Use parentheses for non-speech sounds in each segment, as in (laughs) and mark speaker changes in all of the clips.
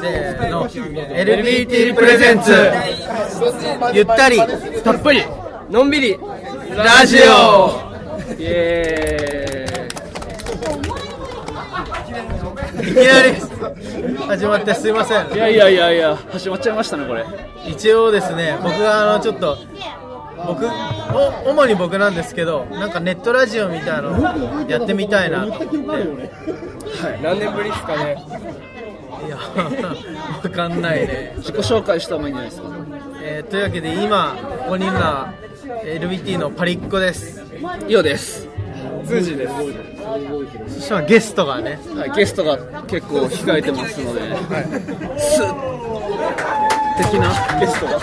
Speaker 1: せーの LBT プレゼンツゆったりたっぷりのんびりラジオイエーイいきなり始まってすいません
Speaker 2: いやいやいやいや始まっちゃいましたねこれ
Speaker 1: 一応ですね僕があのちょっと僕お主に僕なんですけどなんかネットラジオみたいなのやってみたいなって
Speaker 3: 何年ぶりですかね
Speaker 1: いやわかんないね、
Speaker 2: 自己紹介した方がいいんじゃないですか
Speaker 1: えーというわけで今ここにいるのは LBT のパリッコです
Speaker 2: イオです、
Speaker 3: 通じです
Speaker 1: そしたらゲストがね
Speaker 2: はい、ゲストが結構控えてますので、スッ的なゲストが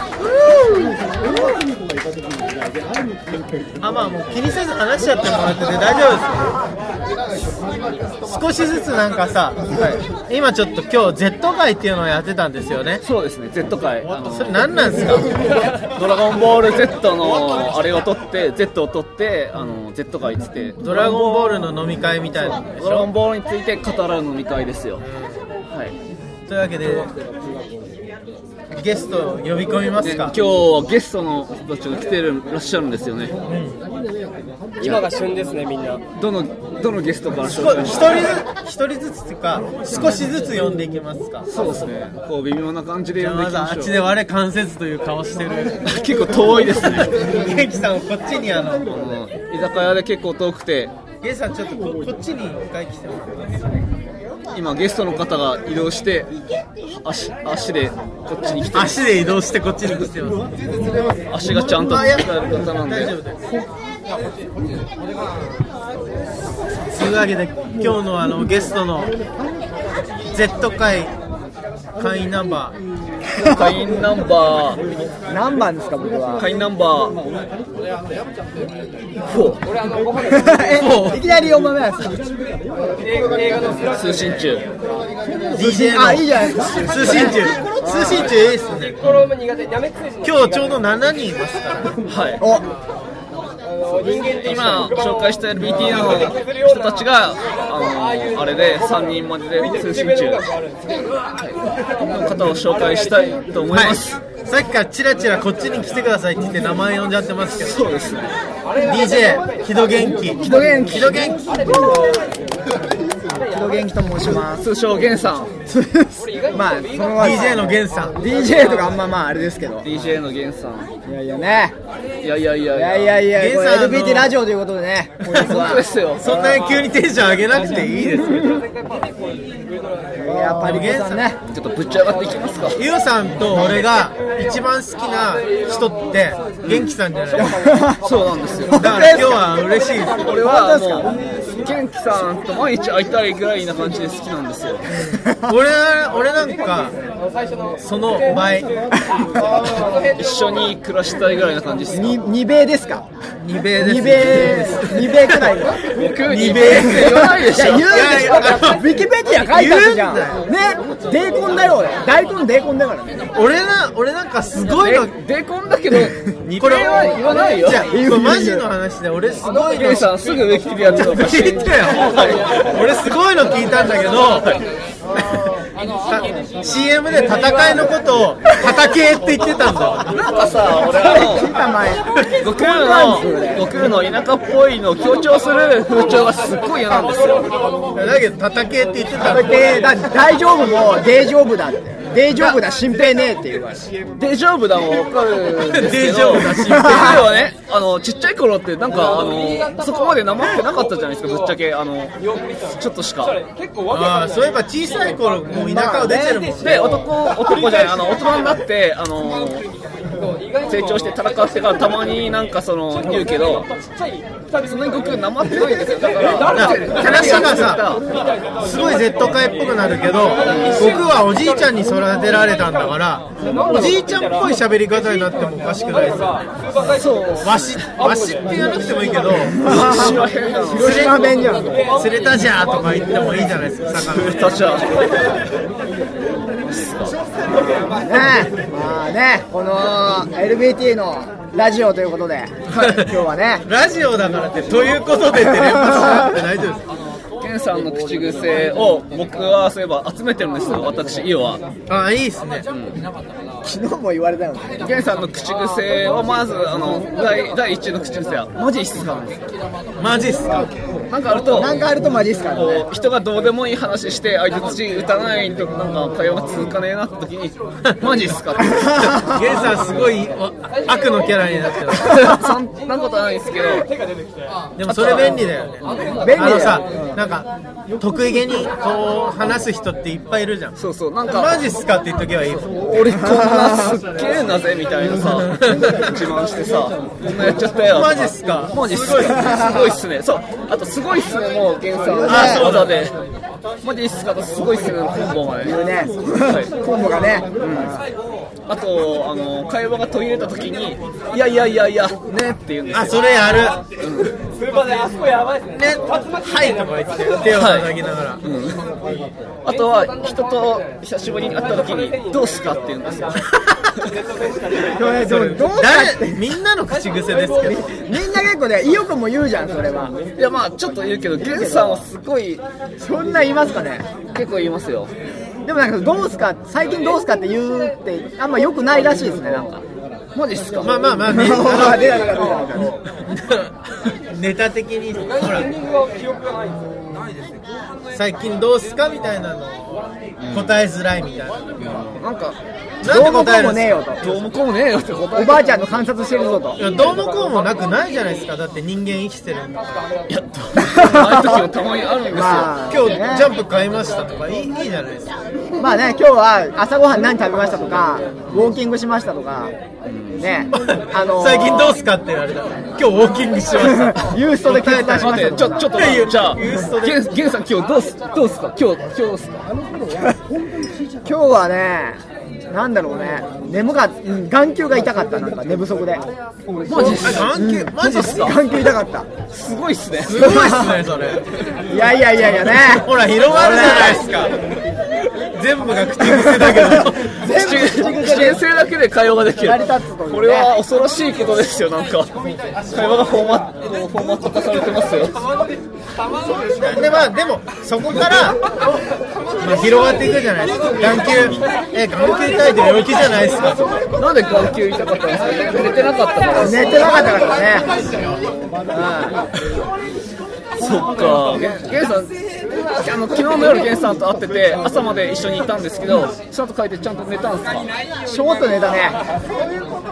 Speaker 1: あまあもう気にせず話しちゃってもらってて大丈夫です少しずつなんかさ、今ちょっと今日 Z 会っていうのをやってたんですよね
Speaker 2: そうですね Z 界あの
Speaker 1: それ何なんですか
Speaker 2: ドラゴンボール Z のあれを取って Z を取ってあの Z 界っつって
Speaker 1: ドラゴンボールの飲み会みたいなのでし
Speaker 2: ドラゴ
Speaker 1: ょ
Speaker 2: ンボールについて語らう飲み会ですよはい
Speaker 1: というわけでゲストを呼び込みま
Speaker 2: です今
Speaker 1: か
Speaker 2: 日はゲストの人たちが来てるらっしゃるんですよね
Speaker 3: 今が旬ですねみんな
Speaker 2: どのどのゲストから
Speaker 1: 少
Speaker 2: 紹介
Speaker 1: 一
Speaker 2: し
Speaker 1: 人ずつ一人ずつっていうか少しずつ呼んでいきますか
Speaker 2: そうですねこう微妙な感じで
Speaker 1: じゃ
Speaker 2: 呼
Speaker 1: あ
Speaker 2: んでい
Speaker 1: まずあっ
Speaker 2: きま
Speaker 1: ち
Speaker 2: し
Speaker 1: で
Speaker 2: ょう
Speaker 1: 我関せずという顔してる
Speaker 2: 結構遠いですね
Speaker 1: 元気さんをこっちにあの
Speaker 2: うん居酒屋で結構遠くて
Speaker 1: ゲスさんちょっとここっちに一回来てもらって
Speaker 2: 今ゲストの方が移動して足足でこっちに来てる
Speaker 1: 足で移動してこっちに来てます
Speaker 2: 足がちゃんと使える方なん
Speaker 1: 大
Speaker 2: で
Speaker 1: 丈夫ですというわけで今日のあのゲストの Z 会会員ナンバー
Speaker 2: 会員ナンバー
Speaker 3: 何番ですか僕は
Speaker 2: 会員ナンバー
Speaker 3: えいきなりお豆なんですか
Speaker 2: 通信中
Speaker 1: DJ の
Speaker 3: あいいじゃないですか
Speaker 1: 通信中通信中いいですね
Speaker 3: コロも苦手やめつい
Speaker 1: 今日ちょうど7人いますから
Speaker 2: はい
Speaker 3: お
Speaker 2: 人間って今紹介した LBT の人たちがあのあれで3人までで通信中の方を紹介したいと思い
Speaker 1: は
Speaker 2: ま
Speaker 1: い
Speaker 2: す、
Speaker 1: さっきからチラチラこっちに来てくださいって言って名前呼んじゃってますけど
Speaker 2: そうですね
Speaker 1: DJ 木戸元気木
Speaker 3: 戸元気
Speaker 1: 木戸元気
Speaker 3: 木戸元気と申します
Speaker 2: 通称ゲンさん
Speaker 3: まあその
Speaker 1: DJ の源さん
Speaker 3: DJ とかあんままああれですけど
Speaker 2: DJ のゲンさん
Speaker 3: いやいやね
Speaker 2: いやいやいや
Speaker 3: いやいやいやこれ
Speaker 1: 源さんあの
Speaker 3: LBT ラジオということでね本日
Speaker 2: 本当
Speaker 3: は
Speaker 2: ですよ
Speaker 1: そんなに急にテンション上げなくていいですよ
Speaker 3: いやっぱり源さんね
Speaker 2: ちょっとぶち上がっていきますか
Speaker 1: ゆうさんと俺が一番好きな人って元気さんじゃないですか
Speaker 2: そうなんですよ
Speaker 1: だから今日は嬉しいです
Speaker 2: 俺は
Speaker 3: 本
Speaker 2: もうケンキさんと毎日会いたいぐらいな感じで好きなんですよ
Speaker 1: 俺は俺なんかその倍
Speaker 2: 一緒に暮らしたいぐらいな感じですよ
Speaker 3: に二米ですか
Speaker 1: 二米です
Speaker 3: 二米二米くらい
Speaker 2: 僕
Speaker 1: 二
Speaker 2: 二
Speaker 1: 米
Speaker 2: 米って言わないでしょ
Speaker 3: いや言うで
Speaker 1: い
Speaker 3: しょ
Speaker 1: やいや
Speaker 3: ウィキペディア書いてあるじゃんねデーコンだよ俺大根デーコンだからね
Speaker 1: 俺な俺なんかすごいの
Speaker 2: でデコンだけど二
Speaker 1: こ
Speaker 2: 米
Speaker 1: れ
Speaker 2: は言わないよ
Speaker 1: じゃあこれマジの話で俺すごいの
Speaker 2: ケンさんすぐウィキペディアとか
Speaker 1: 聞いてよ俺すごいの聞いたんだけどた CM で戦いのことを「叩け」って言ってたんだ
Speaker 2: なんかさ俺
Speaker 3: 見た
Speaker 2: あ
Speaker 3: 前
Speaker 2: の悟空の悟空の田舎っぽいのを強調する風潮がすっごい嫌なんですよ
Speaker 1: だけど「叩け」って言ってたんだ
Speaker 3: でだ大丈夫も大丈夫だって大丈夫だ心配ねえっていうから
Speaker 2: 大丈夫だもんわかるんですけ
Speaker 1: 大丈
Speaker 2: ど
Speaker 1: 夫だ心
Speaker 2: 大
Speaker 1: 配
Speaker 2: 丈夫はねあのちっちゃい頃ってなんかあのそこまでなまってなかったじゃないですかぶっちゃけあのちょっとしか
Speaker 1: ああそういえば小さい頃もう田舎を出てるもんね
Speaker 2: で男男じゃないあの大人になってあの成長して戦ってからたまになんかその言うけどそんなに悟空なまってないんですよだから
Speaker 1: なんか話がさすごい Z 界っぽくなるけど僕はおじいちゃんに育てられたんだからおじいちゃんっぽい喋り方になってもおかしくないですよ
Speaker 2: そう
Speaker 1: わしわしって言わなくてもいいけど
Speaker 2: 私は変なの
Speaker 3: 広島弁じゃん
Speaker 1: 「釣れたじゃ」とか言ってもいいじゃないですか魚
Speaker 2: 私は
Speaker 3: ねまあねこの LBT のラジオということで今日はね
Speaker 1: ラジオだからって「ということで」って連発しなくて大丈夫です
Speaker 2: ケンンさんの口癖を僕はそういえば集めてるんですよ私イオは
Speaker 1: あいいですね、
Speaker 3: 昨日も言われたよね
Speaker 2: ケンさんの口癖をまずあの第第1の口癖はマジっすかなんです
Speaker 1: マジっすか
Speaker 2: なんかあると
Speaker 3: なんかあるとマジっすからね
Speaker 2: こう人がどうでもいい話して相手ち打たないとなんか会話が続かねえなって時に (laughs) マジっす
Speaker 1: (laughs)
Speaker 2: かって
Speaker 1: ゲンさんすごいわ悪のキャラになってます
Speaker 2: そんなことないんですけど
Speaker 1: でもそれ便利だよね
Speaker 3: 便利
Speaker 1: あの
Speaker 3: だ
Speaker 1: さ
Speaker 3: よ
Speaker 1: なんか得意げにこう話す人っていっぱいいるじゃん
Speaker 2: そうそうなん
Speaker 1: マ
Speaker 2: か
Speaker 1: ジっすかって言っとけばいいよ
Speaker 2: 俺こんなすっげえなぜみたいなさ自慢してさこんなやっちゃったよと
Speaker 1: マジっすか
Speaker 2: マジっすごいすごいっすねそうあとすごいっすねもうゲンさんの
Speaker 1: あそう
Speaker 2: 技でマジっすかとすごいっすねのコンボがね
Speaker 3: ね
Speaker 2: はい
Speaker 3: コンボがね
Speaker 2: あとあの会話が途切れた時に「いやいやいやいやね」って言うんですよ
Speaker 1: あそれやるねはいとか言って手を叩きながら、
Speaker 2: あとは人と久しぶりに会った時に「どうすか?」って言うんですよ
Speaker 3: いやでもどうかって
Speaker 1: 誰みんなの口癖ですけ (laughs) ど
Speaker 3: みんな結構ね意欲も言うじゃんそれはい
Speaker 2: やまあちょっと言うけどゲンさんはすごい
Speaker 3: そんな言いますかね
Speaker 2: 結構言いますよ
Speaker 3: でもなんかどうすか最近どうすかって言うってあんま良くないらしいですねなんか
Speaker 2: マジっすか
Speaker 1: まあまあまあね
Speaker 3: あ出た出た出た出
Speaker 1: (laughs) ネタ的にほら最近どうすかみたいなの答えづらいみたいな、
Speaker 2: なんか
Speaker 1: なん
Speaker 3: ど
Speaker 1: て
Speaker 3: うも
Speaker 1: 答え
Speaker 3: こう
Speaker 1: る
Speaker 3: も
Speaker 1: ん
Speaker 3: ねえ
Speaker 1: で
Speaker 3: よと
Speaker 2: どうもこうもねえよって答
Speaker 3: お
Speaker 2: え
Speaker 3: ばあちゃんの観察してるぞと
Speaker 1: すかいやどうもこうもなくないじゃないですかだって人間生きてるんだから
Speaker 2: ない時もたまにあるんですよ、
Speaker 3: まあ
Speaker 1: 今日ジ
Speaker 3: ね
Speaker 1: ャンプ買いましたとかいいいいじゃないですか
Speaker 3: まあね今日は朝ごはん何食べましたとかウォーキングしましたとかねあのー
Speaker 1: 最近どうすかって言われた今日ウォーキングしました
Speaker 3: (laughs) ユーストで決断しま
Speaker 2: 待
Speaker 3: し
Speaker 2: ったて
Speaker 3: と
Speaker 2: ち
Speaker 3: か
Speaker 2: ょちょっと
Speaker 1: いやいや
Speaker 2: じゃあ
Speaker 1: ユーストで
Speaker 2: ゲンゲンさん今日どうすどうすか今日今日どうすか
Speaker 3: 今日はねなんだろうね眠がうん眼球が痛かったなんか寝不足で
Speaker 2: マジっす
Speaker 1: あ眼球マジっすか
Speaker 3: 眼球痛かった
Speaker 2: すごいっすね
Speaker 1: すごいっすねそれ
Speaker 3: いやいやいやいやね
Speaker 1: ほら広がるじゃないですか全部が口癖だけど
Speaker 2: 口癖だけで会話ができる
Speaker 3: 成り立つというね
Speaker 2: これは恐ろしいことですよなんか会話がフォーマットフォーマット化されてますよ
Speaker 1: でまあでもそこから、まあ、広がっていくじゃないですか眼球え眼球痛いって病気じゃないですか
Speaker 2: なんで眼球痛かったんですか寝てなかったから
Speaker 3: 寝てなかったからね
Speaker 2: そっかゲンさんあの昨日の夜ゲンさんと会ってて朝まで一緒にいたんですけどその後帰ってちゃんと寝たんですか
Speaker 3: ショート寝たね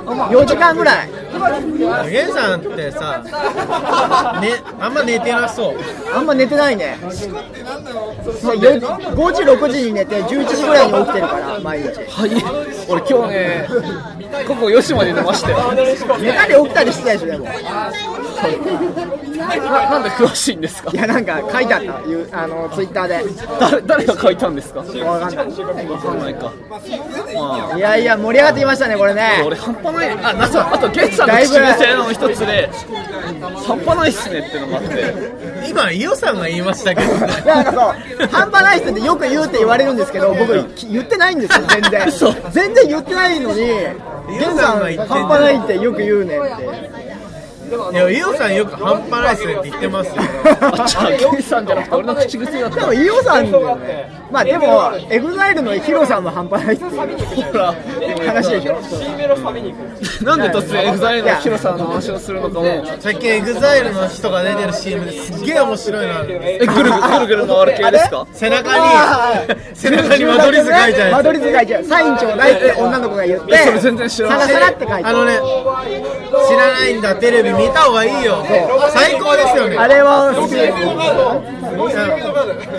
Speaker 3: 4時間ぐらい
Speaker 1: ゲンさんってさ、ね、あんま寝てなそう
Speaker 3: あんま寝てないねそうよ5時6時に寝て11時ぐらいに起きてるから毎日
Speaker 2: はい俺今日ね午後4時まで寝ましたよ
Speaker 3: 寝たり起きたりしてたでしょでも
Speaker 2: ななんで詳しいんですか
Speaker 3: いやなんか書いてあったゆあのツイッターで
Speaker 2: 誰誰が書いたんですか
Speaker 3: わかんない
Speaker 2: わかんないかまあ
Speaker 3: いやいや盛り上がってきましたねこれね
Speaker 2: 俺半端ないあなそうあとゲンさんの口癖の一つで半端ないっすねってのがあって
Speaker 1: 今伊代さんが言いましたけどね
Speaker 3: なんかそう半端ない人ってよく言うって言われるんですけど僕き言ってないんですよ全然
Speaker 2: 嘘
Speaker 3: 全然言ってないのに
Speaker 1: ゆ
Speaker 3: 源
Speaker 1: う
Speaker 3: さ
Speaker 1: さ
Speaker 3: ん
Speaker 1: んが言ってんじゃん
Speaker 3: 半端ないってよく言うねんって
Speaker 1: いや伊代さんよく半端ないっすねって言ってますよ
Speaker 2: あじゃあゲンさんじゃなくて俺の口癖だっ
Speaker 3: で
Speaker 2: た
Speaker 3: も飯尾さんだよねまあでも EXILE の HIRO さんも半端ないっていう
Speaker 2: ほら
Speaker 3: 話でしょ
Speaker 2: なんで突然 EXILE のヒロさんの話をするのかもえ
Speaker 1: 最近 EXILE の人が出てる CM ですっげえ面白いのあるんです
Speaker 2: ぐるぐるぐるぐる回る系ですか
Speaker 1: 背中に (laughs) 背中に間取り図書いてある
Speaker 3: 間取り図書いてあるサインちょうだいって女の子が言って
Speaker 2: いやそれ全然知らない
Speaker 3: サラサラって書いて
Speaker 1: あのね知らないんだテレビ見た方がいいよ最高ですよね
Speaker 3: あれは好きです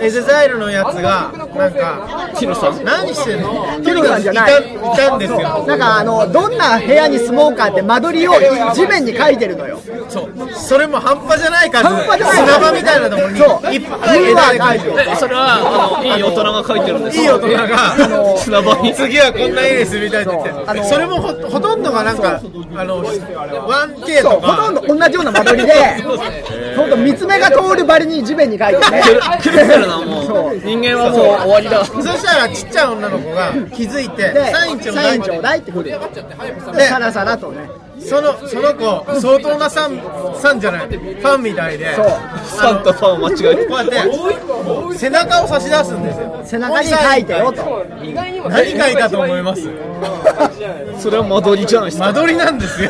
Speaker 1: エゼザイルのやつがなんか
Speaker 2: ヒロさん
Speaker 1: 何してんの
Speaker 3: ヒロさんじゃない
Speaker 1: いたいたんですよ
Speaker 3: なんかあのどんな部屋に住もうかって間取りを地面に書いてるのよ
Speaker 1: そうそれも半端じゃない数
Speaker 3: 半端じゃない
Speaker 1: 砂場みたいなところに
Speaker 3: そう
Speaker 1: いっぱい枝が書いてる
Speaker 2: えそれはあのいい大人が書いてるんですか
Speaker 1: いい大人が
Speaker 2: 砂場に
Speaker 1: 次はこんな絵ですみたいな
Speaker 3: そうあの
Speaker 1: それもほほとんどがなんかあの 1K
Speaker 3: そ
Speaker 1: と
Speaker 3: うほ
Speaker 1: か
Speaker 3: とんど同じような間取りでほんと見つめが通るばりに地面に書いてるね
Speaker 2: 狂ってるなもう
Speaker 3: そう
Speaker 2: 人間はもう終わりだ
Speaker 1: そしたらちっちゃい女の子が気づいて
Speaker 3: で
Speaker 1: サインちょうだ
Speaker 3: サ
Speaker 1: い
Speaker 3: イ
Speaker 1: っ
Speaker 3: ンちょう
Speaker 1: て
Speaker 3: だいってことよ
Speaker 1: で
Speaker 3: でさらさらとね
Speaker 1: そのその子相当なさんさんじゃないファンみたいで
Speaker 3: そう
Speaker 2: ファンとファンを間違えて
Speaker 1: こうやって背中を差し出すんですよ
Speaker 3: 背中に書いてよと
Speaker 1: 何書いたと思います
Speaker 2: それは間取りじゃないです
Speaker 1: 間
Speaker 2: か
Speaker 1: 取りなんですよ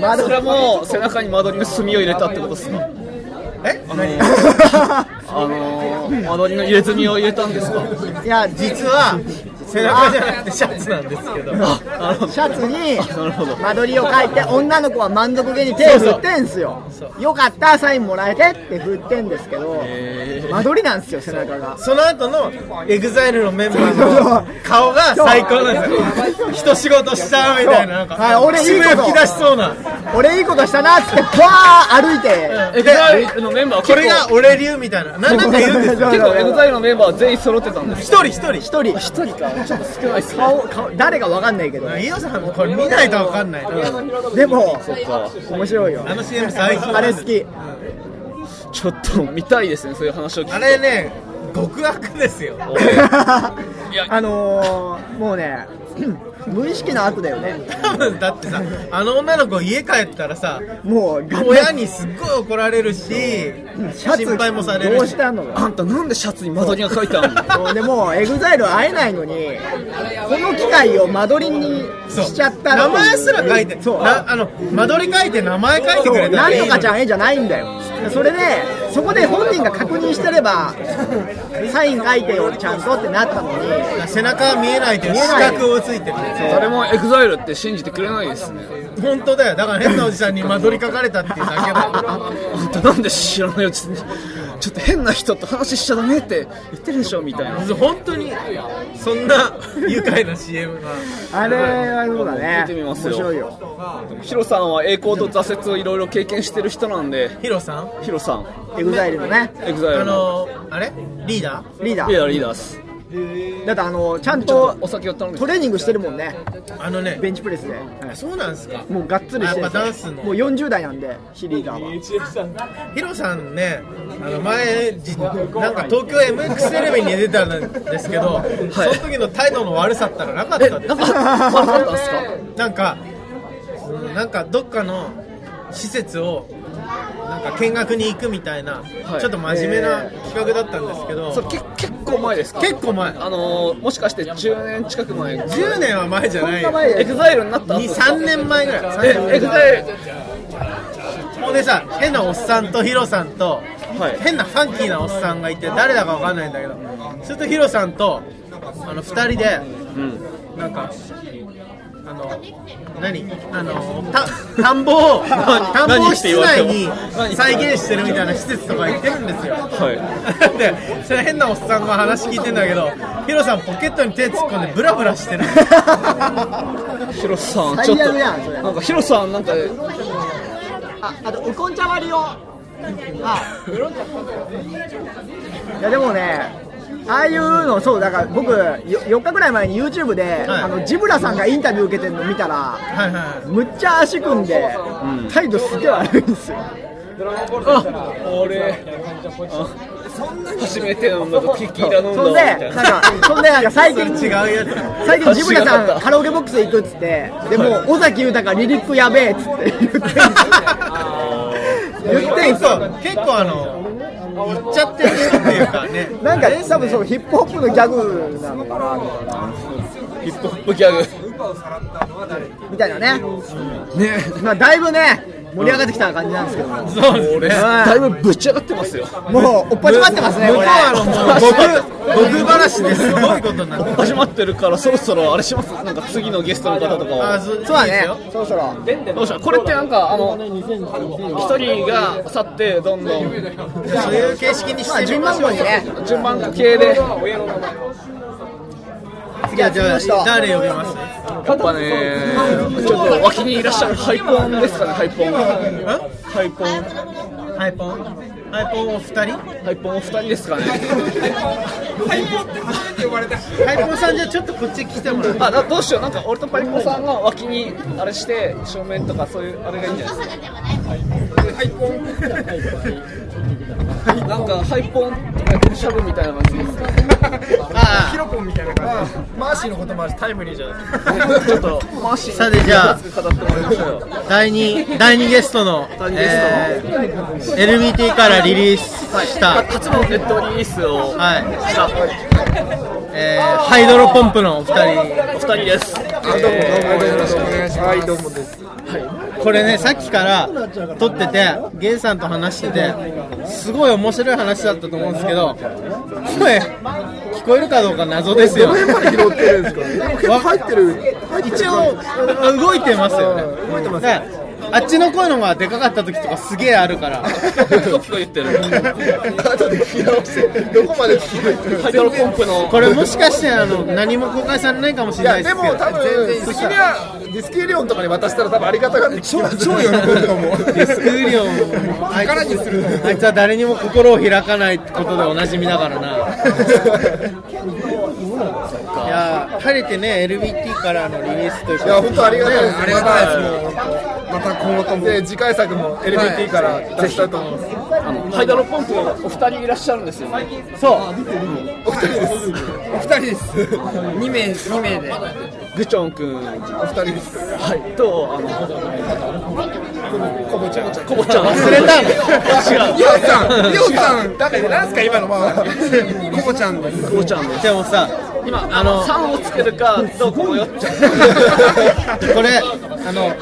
Speaker 3: 窓
Speaker 2: それも背中に間取りの墨を入れたってことですか
Speaker 1: え何
Speaker 2: あのー、間取りの入れ墨を入れたんですか
Speaker 3: いやじ
Speaker 1: 実は背中じゃなくてシャツなんですけど
Speaker 2: なるほど
Speaker 3: シャツに
Speaker 2: なるほど
Speaker 3: 間取りを書いて女の子は満足げに手振ってんすよよかったサインもらえてって振ってんですけど間取りなんですよ背中が
Speaker 1: その後のエグザイルのメンバーの顔が最高なんですよ一仕事したみたいななんか
Speaker 3: はい俺いい
Speaker 1: 渋
Speaker 3: こと
Speaker 1: 谷吹き出しそうな
Speaker 3: 俺いいことしたなっつってバー歩いて
Speaker 2: エグザイルのメンバーは
Speaker 1: これが俺流みたいな何だか言うんですよ
Speaker 2: 結構エグザイルのメンバーは全員揃ってたんです
Speaker 1: 一人一人
Speaker 2: 一
Speaker 3: 一人
Speaker 2: 人かちょっと少ないっすね
Speaker 3: 顔顔誰かわかんないけど
Speaker 1: 飯尾さんもこれ見ないと分かんない
Speaker 3: でも面白いよ
Speaker 1: あの CM 最高
Speaker 3: あれ好き
Speaker 2: ちょっと見たいですねそういう話を聞
Speaker 1: あ
Speaker 2: く
Speaker 1: れね極悪ですよ
Speaker 3: あのー、もうね無意識の悪だよね
Speaker 1: 多分だってさあの女の子家帰ったらさ
Speaker 3: もう
Speaker 1: 親にすっごい怒られるし
Speaker 3: シャツ
Speaker 1: 心配もされる
Speaker 3: どう
Speaker 1: し
Speaker 3: したの
Speaker 2: あんたなんでシャツに間取りが書いてあるの
Speaker 3: もうでもエグザイル会えないのにこの機会を間取りに
Speaker 1: そう
Speaker 3: しちゃった
Speaker 1: 名前すら書いて
Speaker 3: そう
Speaker 1: なあの間取り書いて名前書いてく
Speaker 3: そう
Speaker 1: れたらいいの
Speaker 3: 何と
Speaker 1: に
Speaker 3: かちゃん絵じゃないんだよそれでそこで本人が確認してればサイン書いてよちゃんとってなったのに
Speaker 1: 背中は見えないという
Speaker 3: 見え
Speaker 1: 資
Speaker 3: ない
Speaker 1: 格をついてる
Speaker 2: (laughs) 誰もエグザイルって信じてくれないですね
Speaker 1: 本当だよだから変なおじさんに間取り書かれたっていうだけ
Speaker 3: (laughs)
Speaker 1: だ
Speaker 2: あんたなんで知らないうちにちょっと変な人と話しちゃダメって言ってるでしょみたいな
Speaker 1: よ本当にそんな愉快な CM が
Speaker 3: あれはそうだね
Speaker 2: 見てみますよ
Speaker 3: 面白いよ
Speaker 2: ヒロさんは栄光と挫折をいろいろ経験してる人なんで
Speaker 1: ヒロさん
Speaker 2: ヒロさん
Speaker 3: エグザイルのね
Speaker 2: エグザイ
Speaker 1: あ
Speaker 2: ルの
Speaker 1: のあれリーダー
Speaker 3: リーダ
Speaker 2: リー
Speaker 3: ー
Speaker 2: ダーリーダーです
Speaker 3: だってあのちゃん
Speaker 2: ちょっ
Speaker 3: と
Speaker 2: とお酒を頼んで
Speaker 3: トレーニングしてるもんね
Speaker 1: あのね
Speaker 3: ベンチプレスで
Speaker 1: そうなんですか
Speaker 3: もうがっつりして
Speaker 1: やっ
Speaker 3: る
Speaker 1: ぱダンスの
Speaker 3: もう40代なんでヒリーダーは
Speaker 1: ヒロさんね、あの前、じなんか東京 MX テレビに出たんですけど、その時の態度の悪さったらなかったです
Speaker 2: なんか悪かったんすか
Speaker 1: なんか、うんなんかどっかの施設をなんか見学に行くみたいな、
Speaker 2: はい
Speaker 1: ちょっと真面目な企画だったんですけど、
Speaker 2: それけ結構前ですか
Speaker 1: 結構前、
Speaker 2: あのー、もしかして10年近く前
Speaker 1: 10年は前じゃないよ、
Speaker 3: 前
Speaker 2: エグザイルになった後
Speaker 1: 2、3年前ぐらい、
Speaker 2: え
Speaker 1: 3
Speaker 2: エ
Speaker 1: 年
Speaker 2: グ
Speaker 1: ぐ
Speaker 2: ザ
Speaker 1: らい
Speaker 2: イル
Speaker 1: もうねさ、変なおっさんとヒロさんと、
Speaker 2: はい
Speaker 1: 変なファンキーなおっさんがいて誰だかわかんないんだけどするとヒロさんとあの2人で
Speaker 2: うん
Speaker 1: なんかあの何あのた田んぼを
Speaker 2: (laughs) 何
Speaker 1: 田んぼを
Speaker 2: 何して
Speaker 1: 室
Speaker 2: 言われ
Speaker 1: 内
Speaker 2: ても
Speaker 1: に再現してるみたいな施設とか行ってるんですよ
Speaker 2: は
Speaker 1: でそれ変なおっさんが話聞いてんだけどヒロさんポケットに手突っ込んでブラブラしてる
Speaker 2: いヒロさん
Speaker 3: 最悪
Speaker 2: ちょっと
Speaker 3: やんそれ
Speaker 2: なんかヒロさんなんか
Speaker 3: ああとウコン茶割りをあいやでもねああいうのそうだから僕よ4日ぐらい前に YouTube で、あのジブラさんがインタビュー受けてるの見たら
Speaker 1: はい
Speaker 2: (laughs)
Speaker 1: はい
Speaker 3: むっちゃ足組んで、態度すげえ悪いんですよ
Speaker 2: あ俺あ初めて飲んだとテキーラ飲んだ
Speaker 3: そ
Speaker 2: わ
Speaker 3: ん
Speaker 2: み
Speaker 3: で
Speaker 2: たい
Speaker 3: なん
Speaker 2: な
Speaker 3: かそんでなんか最近
Speaker 1: 違うやつ
Speaker 3: 最近ジブラ
Speaker 2: あ違か
Speaker 3: さ
Speaker 2: っ
Speaker 3: ん
Speaker 2: た
Speaker 3: カラオケボックス行くっつってでもう尾崎豊リリックやべえっつって言ってんすよ言ってん
Speaker 1: 結
Speaker 3: すよ
Speaker 1: 構結構あの言っちゃってるっていうかね
Speaker 3: なんか多分そうヒップホップのギャグなのかなみたいな
Speaker 2: ヒップホップギャグ
Speaker 3: みたいなね、
Speaker 2: ね
Speaker 3: まあ、だいぶね、盛り上がってきた感じなんですけども、
Speaker 1: そうですね
Speaker 2: だいぶぶち上がってますよ
Speaker 3: もう、おっぱちまってますね、
Speaker 1: 向こ
Speaker 3: こ
Speaker 1: う
Speaker 3: れ。
Speaker 1: はあのもう僕僕話ですごいことになってる
Speaker 2: 始まってるからそろそろあれしますなんか次のゲストの方とか
Speaker 1: あ
Speaker 2: は
Speaker 1: そう
Speaker 3: そうだ
Speaker 1: いいです
Speaker 3: ね
Speaker 1: よ、
Speaker 3: そろそろ。
Speaker 2: どうしたこれってなんかあの一人が去ってどんどん
Speaker 1: じゃあそういう形式にし
Speaker 3: まあ、
Speaker 1: てみ
Speaker 3: 順
Speaker 1: ま
Speaker 3: 番
Speaker 1: しょ
Speaker 3: 号
Speaker 1: う
Speaker 3: にね、
Speaker 2: 順番系で
Speaker 1: 次はじゃあ
Speaker 3: 次の人
Speaker 1: 誰呼びます
Speaker 2: やっぱねちょっと脇にいらっしゃるハイポンですかねハイポンハイポン
Speaker 1: ハイポンハイポンお二人
Speaker 2: ハイポンお二人ですかね
Speaker 1: ハイポンさんじゃあちょっとこっち来てもらって
Speaker 2: あなどうしようなんか俺とパイポンさんが脇にあれして正面とかそういうあれがいいんじゃないですかハイポンなんかハイポンとかしゃぶみたいな感じです
Speaker 1: あマーシーのこともあるタイムリーじゃないです
Speaker 2: ちょっとマシ
Speaker 1: さてじゃあ
Speaker 2: 語ってもらいましょうよ
Speaker 1: 第2第二ゲストの
Speaker 2: 第二ゲスト
Speaker 1: えー LBT からリリースした、はい
Speaker 2: 初のネットリリースをした
Speaker 1: えーハイドロポンプのお二
Speaker 2: お二人です
Speaker 1: 人これねさっきから撮っててゲンさんと話しててすごい面白い話だったと思うんですけど声聞こえるかどうか謎ですよ
Speaker 4: どの辺まで拾ってるんですかでも結構入ってる入ってる
Speaker 1: 一応動いてますよね動いてますあっちの声の方がでかかった時とかすげえあるから
Speaker 2: ピコピコ言ってる
Speaker 4: 後で聞き直してどこまで聞いてる
Speaker 2: ハイドロポンプの
Speaker 1: これもしかしてあの何も公開されないかもしれないで
Speaker 4: です
Speaker 1: け
Speaker 4: も
Speaker 1: ど
Speaker 4: 多分好きなディスクエリオンとかに渡したら多分ありがたがって超超喜ぶと思う
Speaker 1: ディスクユリオンもあい
Speaker 4: 力にすると思う
Speaker 1: あいつは誰にも心を開かないってことでおなじみだからな。いやー晴れてね LBT からのリリースという
Speaker 4: いや
Speaker 1: か
Speaker 4: 本当ありがたいです
Speaker 5: ありがたいですもうまた今後とも
Speaker 4: で次回作も LBT から出したいと思います
Speaker 2: あのハイドロポンプのお二人いらっしゃるんですよね
Speaker 1: そう
Speaker 4: お二人です
Speaker 5: お二人です2名2名で
Speaker 2: グチョン君は
Speaker 4: お二人です
Speaker 2: いとあのコボちゃんコボちゃん
Speaker 1: 忘れたの違う
Speaker 5: リオさんリオさん
Speaker 4: だからなんすか今のまあ
Speaker 5: コボちゃんです
Speaker 2: コボちゃんです
Speaker 1: でもさ
Speaker 2: 今あの3をつけるかどうこうよっちゃ
Speaker 1: (laughs) これあの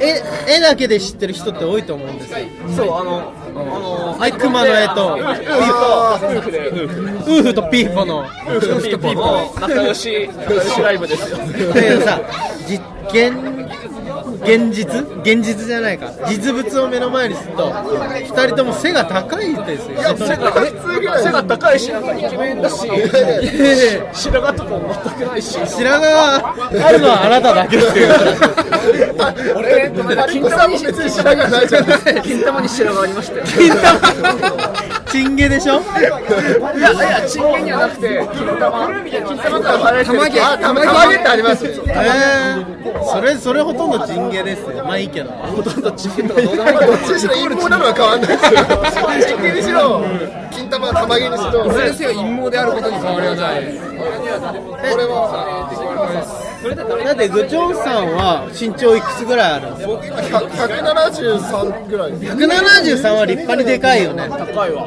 Speaker 1: 絵絵だけで知ってる人って多いと思うんですよ
Speaker 2: そうあのあの
Speaker 1: はい熊の絵と
Speaker 2: 夫婦で
Speaker 1: ウーフとピーポの
Speaker 2: 夫婦でピーポーの仲良し仲良しライブですよ
Speaker 1: だけどさ実験現実現実じゃないか実物を目の前にすると2人とも背が高いですよ
Speaker 2: 背が背が高いしなんかイケメンだし
Speaker 1: ええ
Speaker 2: 白髪とかも全くないし
Speaker 1: 白髪があるのはあなただけですよ
Speaker 4: 俺金太郎も別に知らないじゃない
Speaker 2: 金玉に白髪ありましたよ
Speaker 1: チンゲでしょ
Speaker 2: いやいやチンゲンにはなくて金玉金玉から離れてる
Speaker 4: 玉毛あ玉毛ってありますよ
Speaker 1: えー、それそれほとんどチンゲですよまあいいけど
Speaker 2: ほとんどチンゲンとかどうでもいい
Speaker 4: まあどっちにしろ陰謀なのは変わんないですよ金毛にしろ金玉玉毛にしろ
Speaker 5: 先生は陰謀であることに変わりはない
Speaker 1: だってグチョンさんは身長いくつぐらいあるんですか
Speaker 4: 僕今173ぐらいです
Speaker 1: 173は立派にでかいよね
Speaker 2: 高いわ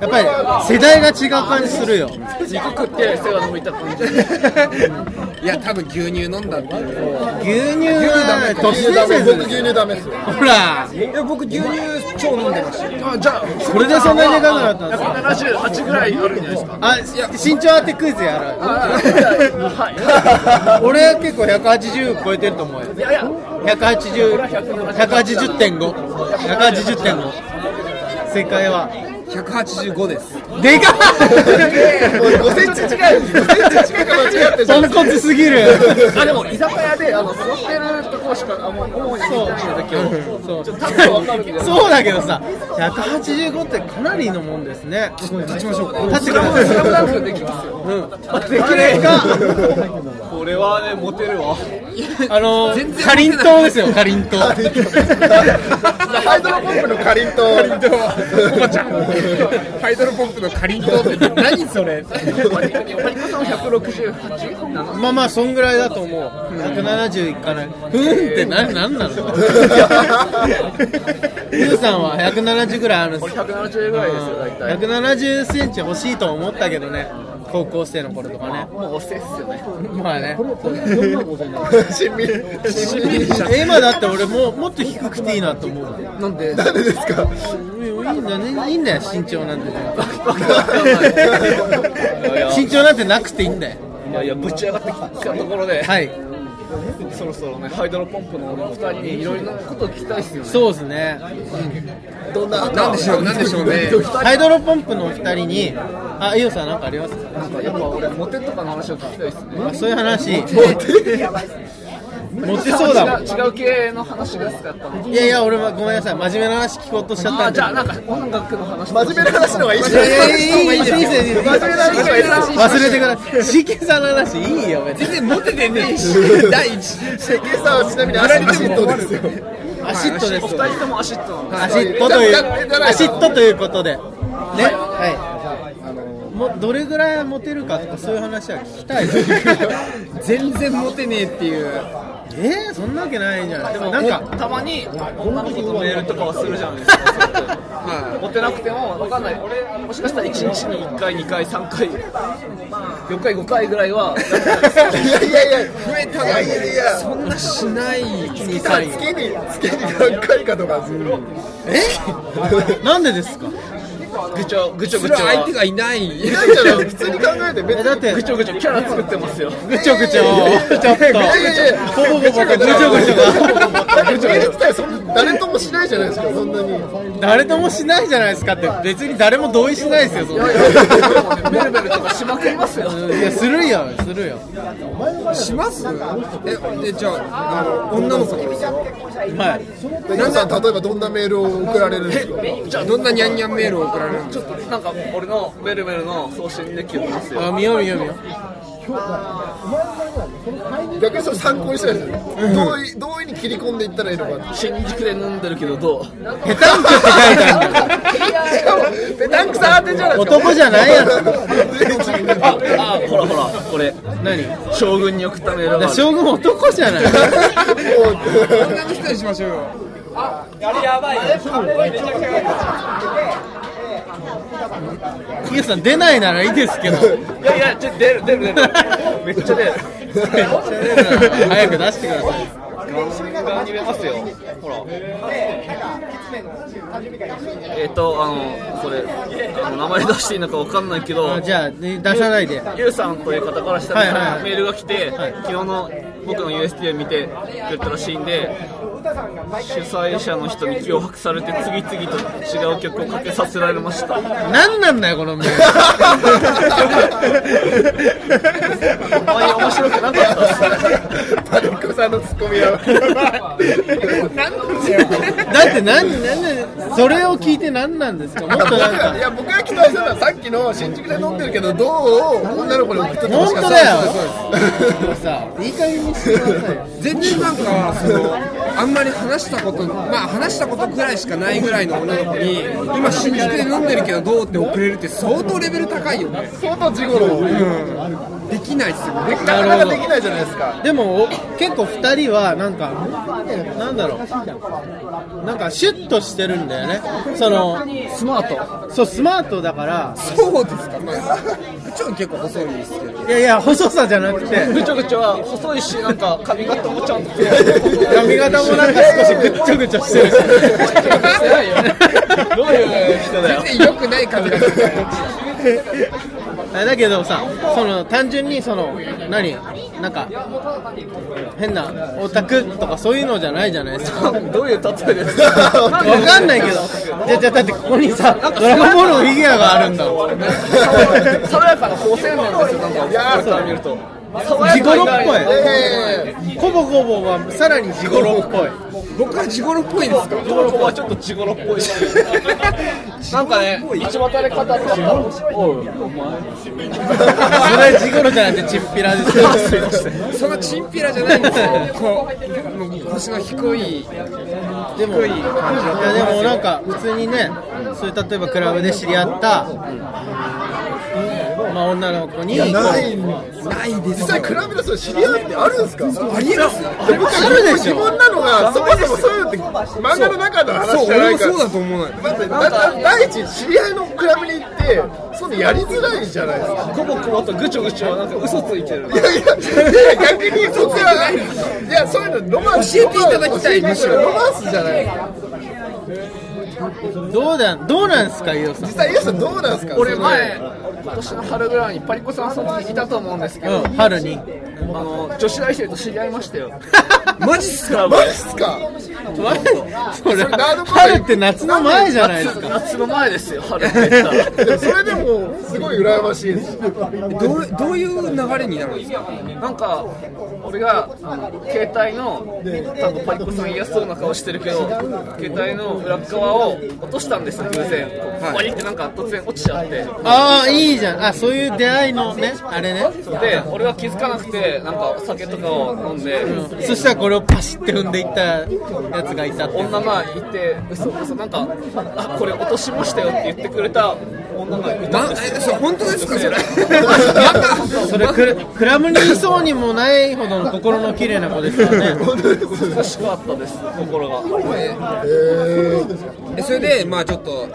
Speaker 1: やっぱり世代が違う感じするよ
Speaker 2: 肉食って背が伸びた感じ
Speaker 5: いや多分牛乳飲んだっていう
Speaker 1: 牛乳は都市伝
Speaker 4: 僕
Speaker 1: 説
Speaker 4: 牛乳ダメですよ
Speaker 1: ほら
Speaker 5: いや僕牛乳超飲んでました
Speaker 2: あじゃあ
Speaker 1: これでそんなにでかくなったんですか
Speaker 2: 178ぐらいあるんじゃないですか
Speaker 1: あ身長当てクイズやろう
Speaker 2: は
Speaker 1: 俺結構180超えてると思うよ
Speaker 2: いいやいや
Speaker 1: 180.5正解は
Speaker 5: 185です
Speaker 1: でか
Speaker 4: 5センチ近い5センチ近いか間違って
Speaker 1: っポンコツすぎる
Speaker 2: あでも居酒屋であの座ってるとこしかあもう主に見てないんだけど
Speaker 1: そう
Speaker 2: 立つとわかるけど
Speaker 1: (laughs) そうだけどさ185ってかなりのもんですね立ちましょうか立ってくだ
Speaker 2: スラムダ
Speaker 1: さ
Speaker 2: ン
Speaker 1: い
Speaker 2: クできますよ
Speaker 1: うんあできないか
Speaker 2: これはねモテるわ
Speaker 1: あのかりんとうですよかりんとう
Speaker 4: ハイドロポンプのかりんとう
Speaker 5: コボちゃんハイドロポンプのかりんとうって何それ
Speaker 2: パリコさん168なの
Speaker 1: まあまあそんぐらいだと思う170いかないふーんって何なんなのゆうさんは170ぐらいあるんですよ
Speaker 2: 170ぐらいですよ大体
Speaker 1: 170センチ欲しいと思ったけどね高校生の頃とかね
Speaker 2: もうおせっすよね
Speaker 1: まあね
Speaker 4: 親身
Speaker 1: え今だって俺もうもっと低くていいなと思うもんい
Speaker 5: なんで
Speaker 4: なんでですか
Speaker 1: いんだねいいんだよ身長なんて (laughs) ね身長なんてなくていいんだよ
Speaker 2: いやいやぶち上がってきたところで
Speaker 1: はい
Speaker 2: そろそろねハイドロポンプのお二人にいろいろなことを聞きたいですよね
Speaker 1: そうですね
Speaker 4: どんな
Speaker 5: なんでしょうなんでしょうね
Speaker 1: ハイドロポンプのお二人にあイオさんなんかありますか
Speaker 2: なんかやっぱ俺モテとかの話を聞きたいですね
Speaker 1: あそういう話モテそうだもん
Speaker 2: 違う違う系の話が好きだったの
Speaker 1: いやいや、俺はごめんなさい、真面目な話聞こうとしちゃった
Speaker 2: あ
Speaker 1: んで。
Speaker 2: じゃあなんか音楽の話
Speaker 4: 真面目な話の方がいいじ
Speaker 1: い
Speaker 4: ゃ
Speaker 1: や
Speaker 4: な
Speaker 1: い
Speaker 4: いですか
Speaker 1: やいやいいですいいですいいです
Speaker 4: 真面目な話がいいです
Speaker 1: 忘れてください。シケさんの話いいよ、別に。
Speaker 5: 全然モテてねえし第一
Speaker 4: 関根さんはちなみにアシットですよ
Speaker 1: アシットですよ。
Speaker 2: 二人ともアシットなの
Speaker 1: アシットという、アシットということで。ね。はもどれぐらいモテるかとかそういう話は聞きたいです
Speaker 5: 全然モテねえっていう
Speaker 1: えー、そんなわけないじゃないで
Speaker 2: で
Speaker 1: もな
Speaker 2: も
Speaker 1: んか
Speaker 2: たまに女の子とメールとかはするじゃないですかモテなくても分かんないもしかしたら1日に1回2回3回4回5回ぐらいは
Speaker 4: いやいやいや、
Speaker 5: 増えた
Speaker 4: い
Speaker 5: わ
Speaker 4: やいやいや、
Speaker 5: そんなしない
Speaker 4: 月に、月に何回かとかする。
Speaker 1: なんでですか
Speaker 2: ぐちょぐちょ
Speaker 5: そ
Speaker 2: ぐ
Speaker 5: れ
Speaker 2: ち
Speaker 5: は
Speaker 2: ょ
Speaker 5: 相手がいない
Speaker 4: いやいやいや、普通に考えて、別
Speaker 1: え
Speaker 4: に。
Speaker 1: だって
Speaker 2: ぐちょぐちょキャラ作ってますよ
Speaker 1: ぐちょぐちょちょっとポコポコとぐちょぐちょが
Speaker 4: だってメール来たらそんな誰ともしないじゃないですか、そんなに。
Speaker 1: 誰ともしないじゃないですかって別に誰も同意しないですよそんな
Speaker 2: ベルベルとかしまくりますよ
Speaker 1: いやするよするよ
Speaker 5: しますえでじゃああの女の子に
Speaker 1: はい
Speaker 4: 皆さん、例えばどんなメールを送られるんですか
Speaker 2: じゃあ
Speaker 5: どんなニャンニャンメールを送られるんです
Speaker 2: ちょっとなんか俺のベルベルの送信できますよ
Speaker 1: あ見よう見よう見よ
Speaker 4: 逆にそれ参考にしたいですよね。どういどういうふうに切り込んでいったらいいのか。
Speaker 2: (laughs) 新宿で飲んでるけどどう
Speaker 1: う下手んくって書いてあるんだよ
Speaker 4: しかも、ペタンクさん当てじゃないですか。
Speaker 1: 男じゃないやつ
Speaker 2: ああほらほらこれ何将軍に送ったメールがある
Speaker 1: 将軍男じゃ
Speaker 2: (laughs)
Speaker 1: ない
Speaker 5: か女の人にしましょうよ
Speaker 1: ヒゲさん出ないならいいですけど
Speaker 2: いやいやちょ出る出る
Speaker 1: (laughs)
Speaker 2: 出るめっちゃ出る
Speaker 1: 早く出してください
Speaker 2: ガンに入れますよほらえっ、とあのそれあの名前出していいのかわかんないけど
Speaker 1: あじゃあね出さないで
Speaker 2: ゆうさんという方からしたら、
Speaker 1: はいはい
Speaker 2: メールが来て、昨日の僕の USD を見てくれたらしいんで、主催者の人に脅迫されて、次々と違う曲をかけさせられました。
Speaker 1: 何なんだよこのメー
Speaker 2: お前面白くなかったっすね。
Speaker 4: パルコさんのツッコミは。
Speaker 1: ルだって何何それを聞いて何なんですかもっと
Speaker 4: 僕
Speaker 1: なん
Speaker 4: は
Speaker 1: か
Speaker 4: いや僕が期待したのはさっきの新宿で飲んでるけどどうを女の子に送っててほ
Speaker 1: 本
Speaker 4: しかっ
Speaker 1: 当
Speaker 4: た
Speaker 1: だよ
Speaker 4: そうですそうです
Speaker 1: もうさいい加減にしてくださいよ
Speaker 5: 全然なんかそのあんまり話したことまあ話したことぐらいしかないぐらいの女の子に今新宿で飲んでるけどどうって送れるって相当レベル高いよね
Speaker 4: 相当事故の
Speaker 5: できないっすよね
Speaker 4: なかなかできないじゃないですか
Speaker 1: でもお結構2人はなんかなんだろうなんかシュッとしてるんだよねその
Speaker 5: スマート
Speaker 1: そうスマートだから
Speaker 5: そうですかまあちょっと結構細いですけど
Speaker 1: いやいや細さじゃなくて
Speaker 2: ぐちょぐちょは細いし、なんか髪型もちゃんと。
Speaker 1: 髪型もなんか少しぐっちょぐちょしてるし
Speaker 2: どういう人だよ。
Speaker 5: 全然良くない髪型
Speaker 1: あ (laughs) だけどさその単純にその何なんか変なオタクとかそういうのじゃないじゃないです (laughs) か
Speaker 2: どういう例えですか
Speaker 1: わかんないけどじゃじゃだってここにさ「ドラゴンボール」のフィギュアがあるんだ (laughs) もん
Speaker 2: 爽やかな好青年ですよ、なんか、僕から見ると。
Speaker 1: 地頃っぽ
Speaker 4: え
Speaker 1: い
Speaker 4: え
Speaker 1: コボコボはさらに地頃っぽい
Speaker 5: 僕は地頃っぽいですか
Speaker 2: 男の子はちょっと地頃っぽいしなんかね道端で語ってたらおいお前
Speaker 1: それ地頃じゃなくてチンピラです (laughs) よ
Speaker 5: そんなチンピラじゃないんですよこうもう腰の低い
Speaker 1: でもいやでもなんか普通にねそういう例えばクラブで知り合った、まあ、女の子にこう
Speaker 4: ないないです実際比べたらそれ知り合いってあるんですか
Speaker 5: ありえます
Speaker 4: あれ僕
Speaker 1: あるでし
Speaker 4: 自
Speaker 1: ょ
Speaker 4: 分なのがそもそもそういうのって漫画の中の
Speaker 5: そ
Speaker 4: 話
Speaker 5: う
Speaker 4: じゃな
Speaker 5: 俺
Speaker 4: い
Speaker 5: も
Speaker 4: か
Speaker 5: そう
Speaker 4: ら
Speaker 5: だと思わない
Speaker 4: まずだだ第一知り合いのクラブに行ってそんなやりづらいじゃないですか
Speaker 2: コボコボとぐちょぐちょはなんか嘘ついてる
Speaker 4: いやいやいや逆にそっちはないいやそういうのロマンス
Speaker 5: 教えていただきたいむしろ
Speaker 4: ロマンスじゃない
Speaker 1: どうだどうなんすか伊代さん
Speaker 4: 実際ユウさんどうなんですか
Speaker 2: 俺
Speaker 4: それ
Speaker 2: 前今年の春ぐらいにパリコさんその時いたと思うんですけど、
Speaker 1: うん春に
Speaker 2: あの女子大生と知り合いましたよ
Speaker 5: マジっすか
Speaker 4: マジっすか
Speaker 1: それ
Speaker 4: ガードパイ
Speaker 1: 春って夏の前じゃないです
Speaker 2: 夏
Speaker 1: か
Speaker 2: 夏の前ですよ春って言ったら
Speaker 4: でもそれでもすごい羨ましいです
Speaker 5: どうどういう流れになるんですか
Speaker 2: なんか俺があの携帯の多分パリコさん嫌そうな顔してるけど携帯の裏側を落としたんですよ偶然こうパリってなんか突然落ちちゃって
Speaker 1: ああいいじゃんあそういう出会いのねあれね
Speaker 2: で俺は気づかなくてでなんかお酒とかを飲んで、
Speaker 1: そしたらこれをパシッて踏んでいったやつがいたって
Speaker 2: 女がいて嘘嘘なんかあこれ落としましたよって言ってくれた女
Speaker 1: (laughs)
Speaker 2: がいた
Speaker 5: なえそれ本当ですかそれ
Speaker 1: それクラクラムにいそうにもないほどの心の綺麗な子ですからね
Speaker 2: 美しかったです心が
Speaker 5: えそれでまあちょっと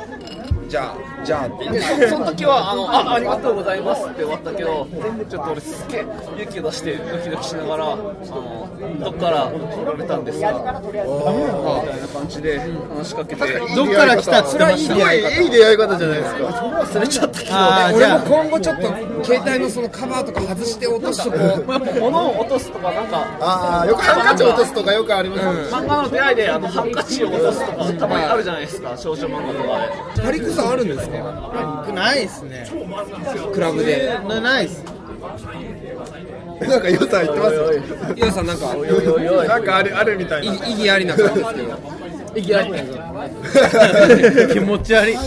Speaker 5: じゃあじゃあって
Speaker 2: でそその時はあのあありがとうございますって終わったけどちょっと俺すっげえ勇気を出してドキドキしながらあのどっから来られたんですかみたいな感じで話しかけて
Speaker 1: どっから来たっつってまし
Speaker 4: す
Speaker 1: た
Speaker 4: ごいいい出会い方じゃないですか
Speaker 2: 忘れちゃったけど
Speaker 1: あーじ
Speaker 5: 俺も
Speaker 1: ゃ
Speaker 5: 今後ちょっと携帯のそのカバーとか外して落としとこう
Speaker 2: やっぱ物を落とすとかなんか
Speaker 4: ああよくハンカチ落とすとかよくありますよね
Speaker 2: 漫画の出会いであのハンカチを落とすとかたまにあるじゃないですか少女漫画とかで
Speaker 5: パリコさんあるんですか
Speaker 1: あないっすね
Speaker 5: クラブで
Speaker 1: なないっす
Speaker 4: なんか良さ言ってますよね
Speaker 5: 伊代さんなんか
Speaker 4: なんかあるあるみたい
Speaker 5: い
Speaker 4: な
Speaker 5: 意義ありな感じですけど
Speaker 1: 気持ち悪い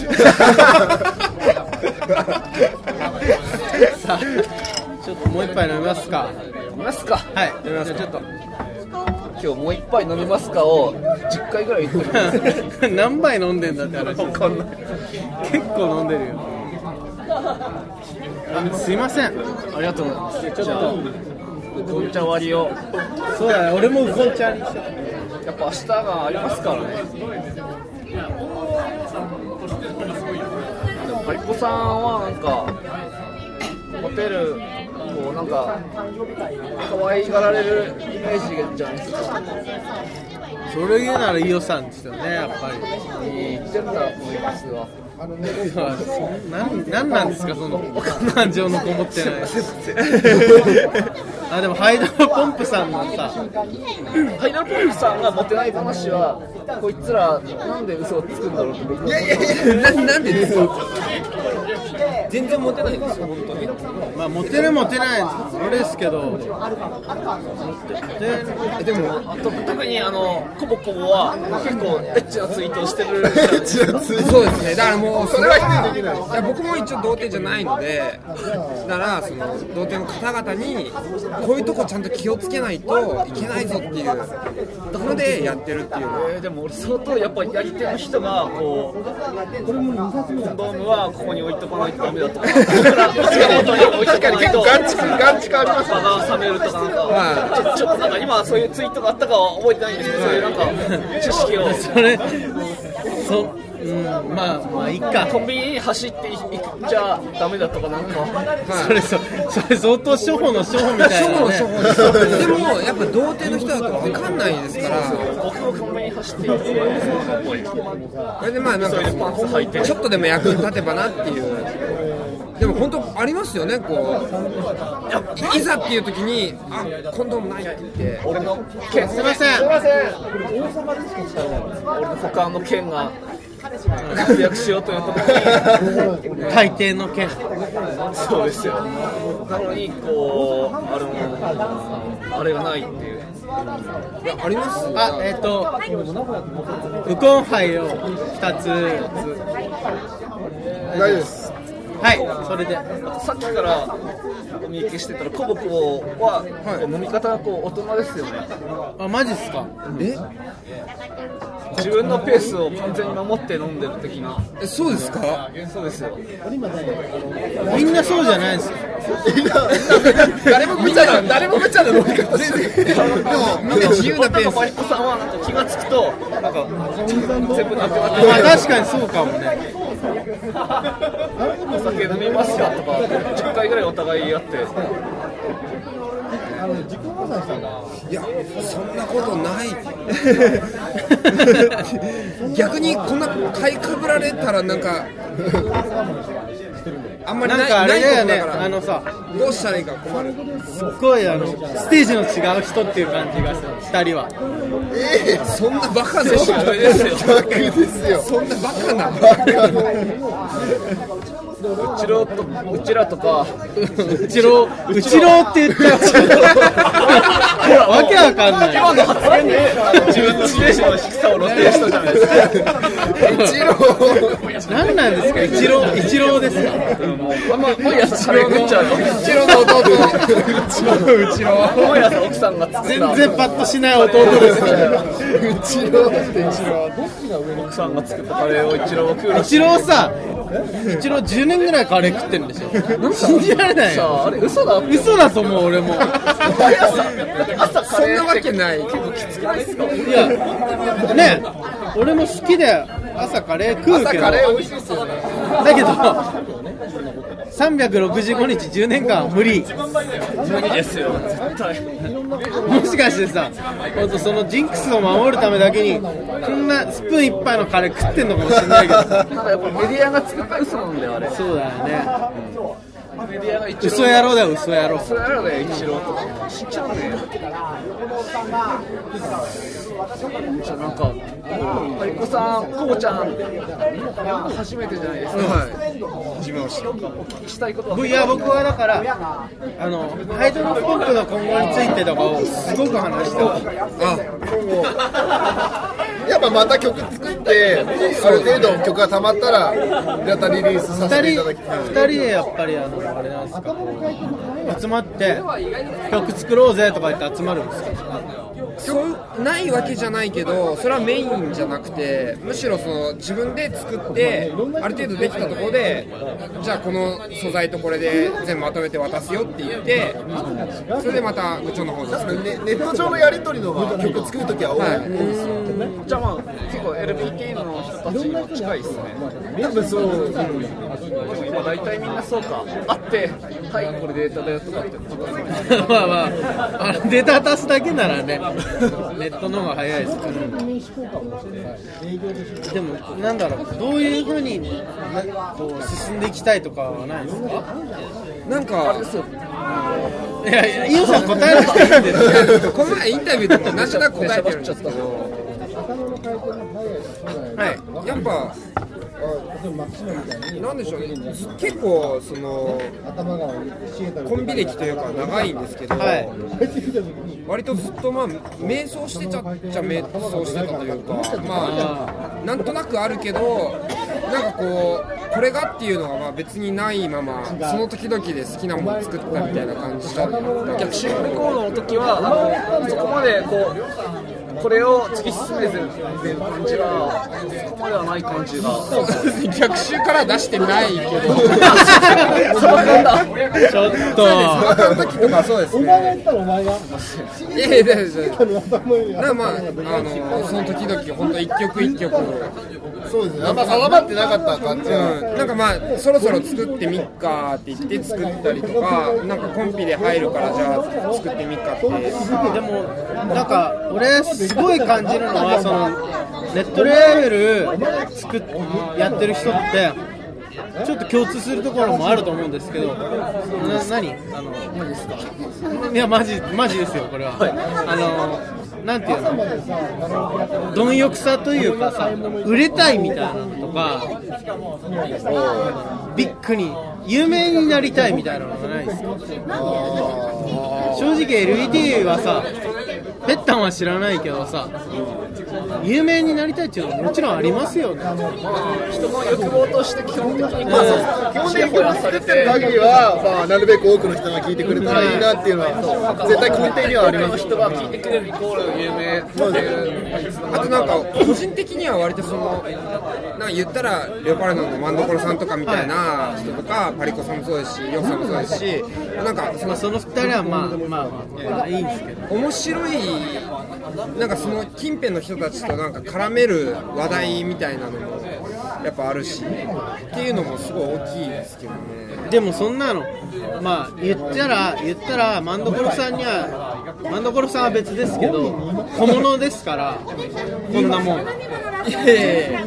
Speaker 1: さあちょっともう一杯飲みますか
Speaker 2: 飲みますか
Speaker 1: はい飲みますかちょっと
Speaker 2: 今日もう一杯飲みますかを10回ぐらい言ってるんですよ
Speaker 1: (laughs) 何杯飲んでんだって話
Speaker 2: (laughs)
Speaker 1: わかんない結構飲んでるよあすいません
Speaker 2: ありがとうございます
Speaker 1: ちょっと
Speaker 2: お茶割りを
Speaker 1: そうだね俺もウコンちゃんにして
Speaker 2: やっぱ明日がありますからね。でもパリコさんはなんかホテルこうなんか可愛がられるイメージじゃないですか。
Speaker 1: それ言うなら飯尾さんですよねやっぱり
Speaker 2: 似てるなこいつは。
Speaker 1: 何なんなんですかその感情のこもってないあでもハイドロポンプさんのさ
Speaker 2: ハイナルポリスさんがモテない話はこいつらなんで嘘をつくんだろうって僕は。いやいや
Speaker 5: ななんでですか
Speaker 2: 全然モテないですよ本当に。
Speaker 1: まあモテるモテないそれですけど
Speaker 2: でもあと特にあのコボコボは結構エッチなツイートをしてるじゃないですか。
Speaker 5: そうですねだからもうそれは
Speaker 4: それは否定できない
Speaker 5: いや僕も一応童貞じゃないのでだからその童貞の方々にこういうとこちゃんと気をつけないといけないぞっていうところでやってるっていうの
Speaker 2: えーでも俺相当やっぱりやり手の人がこうコンドームはここに置いとかないとダメだとか確
Speaker 4: 確かに結構ガンチクガンチクあります
Speaker 2: 場が冷めるとかなんか、
Speaker 5: は
Speaker 2: ちょちょっとなんか今そういうツイートがあったかは覚えてないんですけど、そういうなんか知識を
Speaker 1: それそうんまあまあいっか
Speaker 2: コンビニに走っていっちゃダメだとかなんか
Speaker 1: それそそれ相当初歩の初歩みたいな、ね、
Speaker 5: でもやっぱ童貞の人だと分かんないですから
Speaker 2: 僕もコンビニに走っていって
Speaker 5: それでまあなんかそ
Speaker 2: パンツ履いて
Speaker 5: のちょっとでも役に立てばなっていうでも本当ありますよねこういいざっていう時にあコンドームないって言って
Speaker 2: 俺の剣すいませんすいません俺の股間の剣が活躍しようというところに
Speaker 1: 大抵の件
Speaker 2: そうですよ。なのにこうあれもあれがないっていう。
Speaker 5: いやあります
Speaker 1: あえっ、とウコン杯を2つ
Speaker 4: 大丈夫です
Speaker 1: はいそれで
Speaker 2: さっきからお見受けしてたらコボコボは、こう飲み方がこう大人ですよね。
Speaker 1: あマジっすか
Speaker 5: え
Speaker 2: 自分のペースを完全に守って飲んでる的な。
Speaker 5: えそうですか
Speaker 2: そうですよ。
Speaker 1: みんなそうじゃないですよ
Speaker 5: 誰も無茶だ誰も無茶だ飲み方でもみんな自由なペ
Speaker 2: 女のマ
Speaker 5: ー
Speaker 2: リ
Speaker 5: ス
Speaker 2: コさんはなんか気がつくとなんか全部なくなって
Speaker 1: まあ確かに (laughs) そうかもね
Speaker 2: お酒飲みますかとか10回ぐらいお互いやって。
Speaker 5: いやそんなことない (laughs) 逆にこんな買いかぶられたらなんかあんまり
Speaker 1: な
Speaker 5: なんい
Speaker 1: かあれだよね
Speaker 5: ないことだ
Speaker 1: あのさ
Speaker 5: からどうしたらいいか困る
Speaker 1: すっごいあのステージの違う人っていう感じがする2人は
Speaker 5: そんなバカでしょ
Speaker 4: 逆ですよ
Speaker 5: そんなバカな
Speaker 2: うちろとうちらとか
Speaker 1: うちろううちろうって言ったよ (laughs) わけわかんない。今の発言で。
Speaker 2: 自分のステーションの低さを露呈したじゃないですか
Speaker 4: 一郎
Speaker 1: 何なんですか、一郎、一郎ですか。
Speaker 2: あんま毎朝カレー食っちゃうの
Speaker 4: 一郎の弟
Speaker 2: 毎朝奥さんが作っ
Speaker 1: 全
Speaker 2: た
Speaker 1: 然パッとしない弟ですね。
Speaker 4: 一郎だって一郎
Speaker 2: 奥さんが作ったカレーを一郎が食うらしい
Speaker 1: 一郎さ、一郎10年ぐらいカレー食ってるんでしょ。信じられないよ。
Speaker 2: あれ嘘だって
Speaker 1: 嘘だと思う、俺も。
Speaker 2: 毎朝だって朝カ
Speaker 5: そん
Speaker 2: レー
Speaker 5: な
Speaker 2: っ
Speaker 5: わ
Speaker 2: て
Speaker 5: け (laughs) ない
Speaker 1: いや、ねえ、俺も好きで朝カレー食うけど、
Speaker 4: 美味しいですよね
Speaker 1: だけど、365日10年間は無理。
Speaker 2: 無理ですよ絶対
Speaker 1: もしかしてさ、ほんとそのジンクスを守るためだけに、こんなスプーン一杯のカレー食ってんのかもしれないけど、
Speaker 2: なんかやっぱメディアが作った嘘なんだよあれ
Speaker 1: そうだよね。
Speaker 2: メディアが一
Speaker 1: 嘘野郎だよ、嘘野郎。
Speaker 2: それあるね一郎と知っちゃうんだよなんかパリコさんこうちゃん初めてじゃないですか
Speaker 5: はい
Speaker 2: したいことはい
Speaker 1: や僕はだからあのハイドロポンプの今後についてとかをすごく話してほしい
Speaker 5: あ
Speaker 4: やっぱまた曲作ってある程度曲がたまったらまたリリースさせてい
Speaker 1: 二
Speaker 4: た
Speaker 1: 人
Speaker 4: だきたい
Speaker 1: 二人でやっぱりあのあれなんですか集まって曲作ろうぜとか言って集まるんですよ
Speaker 5: そうないわけじゃないけどそれはメインじゃなくてむしろその自分で作ってある程度できたところでじゃあこの素材とこれで全部まとめて渡すよって言ってそれでまた部長の方で作る
Speaker 4: ねネット上のやり取りの曲作るときは多い、
Speaker 2: じゃあまあ結構 LPT の人たちにも近いですね
Speaker 4: 多分そう
Speaker 2: 今大体みんなそうかあってはいこれデータだよとかってことですね
Speaker 1: (laughs) まあまああのデータ足すだけならねネットの方が早いですからでもなんだろうどういうふうになこう進んでいきたいとかはないですか
Speaker 5: なんか
Speaker 1: いやいやイオさん答えなくていいんですよ
Speaker 5: この前インタビューでもなんとなく答えてるんですけど
Speaker 1: はい
Speaker 5: やっぱなんでしょうね結構そのコンビ歴というか長いんですけど、
Speaker 1: はい
Speaker 5: 割とずっとまあ瞑想してちゃっちゃ瞑想してたというかまあなんとなくあるけどなんかこうこれがっていうのがまあ別にないままその時々で好きなもの作ったみたいな感じだった
Speaker 2: 逆シングルコードの時はあのそこまでこうこれを突き進めてる感じがそこまではない感じが
Speaker 5: 逆襲から出してないけど
Speaker 1: ちょっと
Speaker 5: その時とかそうですね。お前がやったらお前が。いやいやいや。なまああのその時々本当一曲一曲。
Speaker 4: そうですねあんま定まってなかった感じは、
Speaker 5: うん、なんかまあそろそろ作ってみっかって言って作ったりとか、なんかコンピで入るからじゃあ作ってみっかって。
Speaker 1: でもなんか俺すごい感じるのはそのネットレベル作っやってる人ってちょっと共通するところもあると思うんですけどな何あのマジですかいやマジマジですよこれは、あのなんていうの貪欲さというかさ売れたいみたいなのとかビッグに有名になりたいみたいなのがないですか正直 LED はさぺったんは知らないけどさ有名になりたいっていうのはもちろんありますよね
Speaker 2: 人の欲望として基本的にこ
Speaker 4: 基本的に曲作ってる限りは、まあ、なるべく多くの人が聴いてくれたらいいなっていうのは絶対根底にはあります
Speaker 2: 人が聞いてくれるイコール有名っていう
Speaker 5: あとなんか個人的には割とそのなんか言ったらレオパルドの真所さんとかみたいな人とか、パリコさんもそうですし、ヨウさんもそうですし、なんかそ
Speaker 1: ま
Speaker 5: の
Speaker 1: あその2人はまあまあまあいいんですけど
Speaker 5: 面白いなんかその近辺の人たちとなんか絡める話題みたいなのもやっぱあるしっていうのもすごい大きいですけどね
Speaker 1: でもそんなのまあ言ったら言ったらマンドコロさんにはマンドコロさんは別ですけど小物ですからこんなもん
Speaker 5: いやいやいや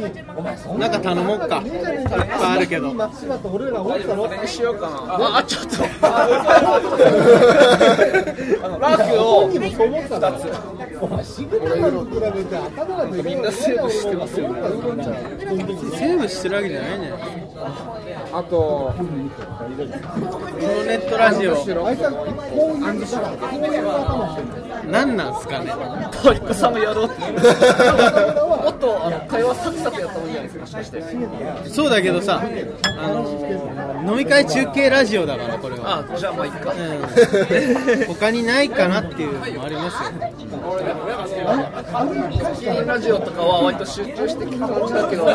Speaker 1: なんか頼もうかいっぱいあるけど
Speaker 2: あ、ちょっと。ラマークを2つみんなセーブしてますよね
Speaker 1: セーブしてるわけじゃないんじゃないこ
Speaker 5: あと
Speaker 1: のネットラジオ何なんすかね
Speaker 2: トリックサムやろうってもっとあの会話サクサクやった方がいいんじゃないですかもしかして
Speaker 1: そうだけどさ、あのー飲み会中継ラジオだからこれは、
Speaker 2: あじゃあまあいっか
Speaker 1: うん、他にないかなっていうのもありますよ
Speaker 2: 芸人ラジオとかは割と集中して聞くもんだけど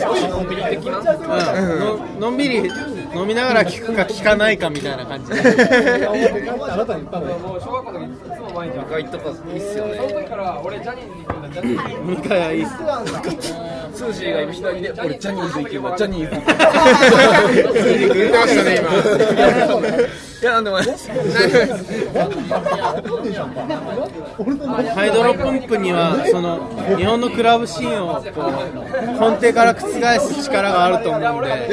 Speaker 2: 少しのんびり的な
Speaker 1: (laughs) うん、ののんびり飲みながら聞くか聞かないかみたいな感じで (laughs)
Speaker 2: 飲み会とかいいっすよね
Speaker 1: 飲み会はいいっす
Speaker 2: スージーが今左で俺ジャニーズ行けばジャニーズ行けば
Speaker 5: 言ってましたね
Speaker 2: いやなんでもないです
Speaker 1: ハイドロポンプにはその日本のクラブシーンをこう根底から覆す力があると思うんで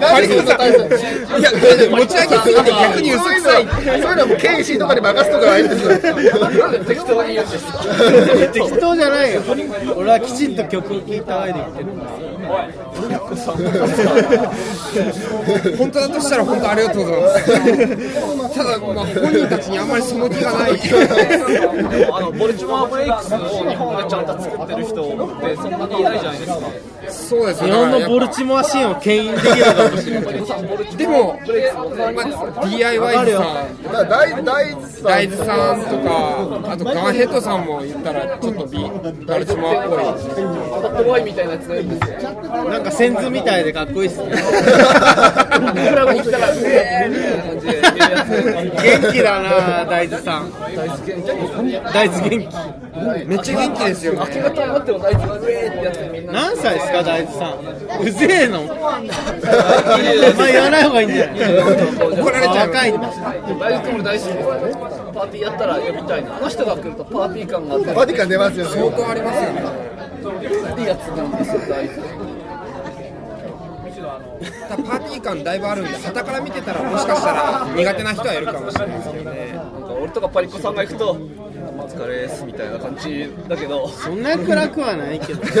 Speaker 4: カリスマ大佐
Speaker 5: 今いや持ち上げすぎて逆に
Speaker 4: そういうのはそういうのはもう剣士とかに任すとかはいいんですよ
Speaker 2: 適当に言うんです
Speaker 1: 適当じゃないよ俺はきちんと曲を聴いた上で言ってる
Speaker 5: 本当だとしたら本当ありがとうございますただ、まあ、本人たちにあんまりその気がない
Speaker 2: でもあのボルチモアブレイクスを日本がちゃんと作ってる人ってそんなにいないじゃないですか
Speaker 5: そうですね
Speaker 1: 日本のボルチモアシーンを牽引できるかもしれない
Speaker 5: でも、まあ、DIY さん
Speaker 4: だ大大佐
Speaker 5: 大豆さんとかあとガンヘッドさんも言ったらちょっとビバルチモアっぽい
Speaker 2: 怖いみたいなやつがいるんですよ
Speaker 1: なんか先頭みたいでかっこいいっすね
Speaker 2: クラブに行ったらうえーみたいな感じでやるやつ
Speaker 1: 元気だな大豆さん大豆元気
Speaker 5: めっちゃ元気ですよね
Speaker 2: 明け方待っても大丈夫うえーってやつみんな
Speaker 1: 何歳ですか大豆さんうぜえのお前言わない方がいいんじゃない
Speaker 5: 怒られちゃう
Speaker 1: 若いんだ
Speaker 2: 大丈夫俺大好きですパーティーやったら呼びたいなあの人が来るとパーティー感があって
Speaker 4: バディ感出ますよね
Speaker 5: 相当ありますよね
Speaker 2: いいやつなんですよ大豆
Speaker 5: ただパーティー感だいぶあるんで傍から見てたらもしかしたら苦手な人はいるかもしれないですけどね
Speaker 2: なんか俺とかパリコさんが行くと「お疲れっす」みたいな感じだけど
Speaker 1: そんな暗くはないけど
Speaker 2: 「チ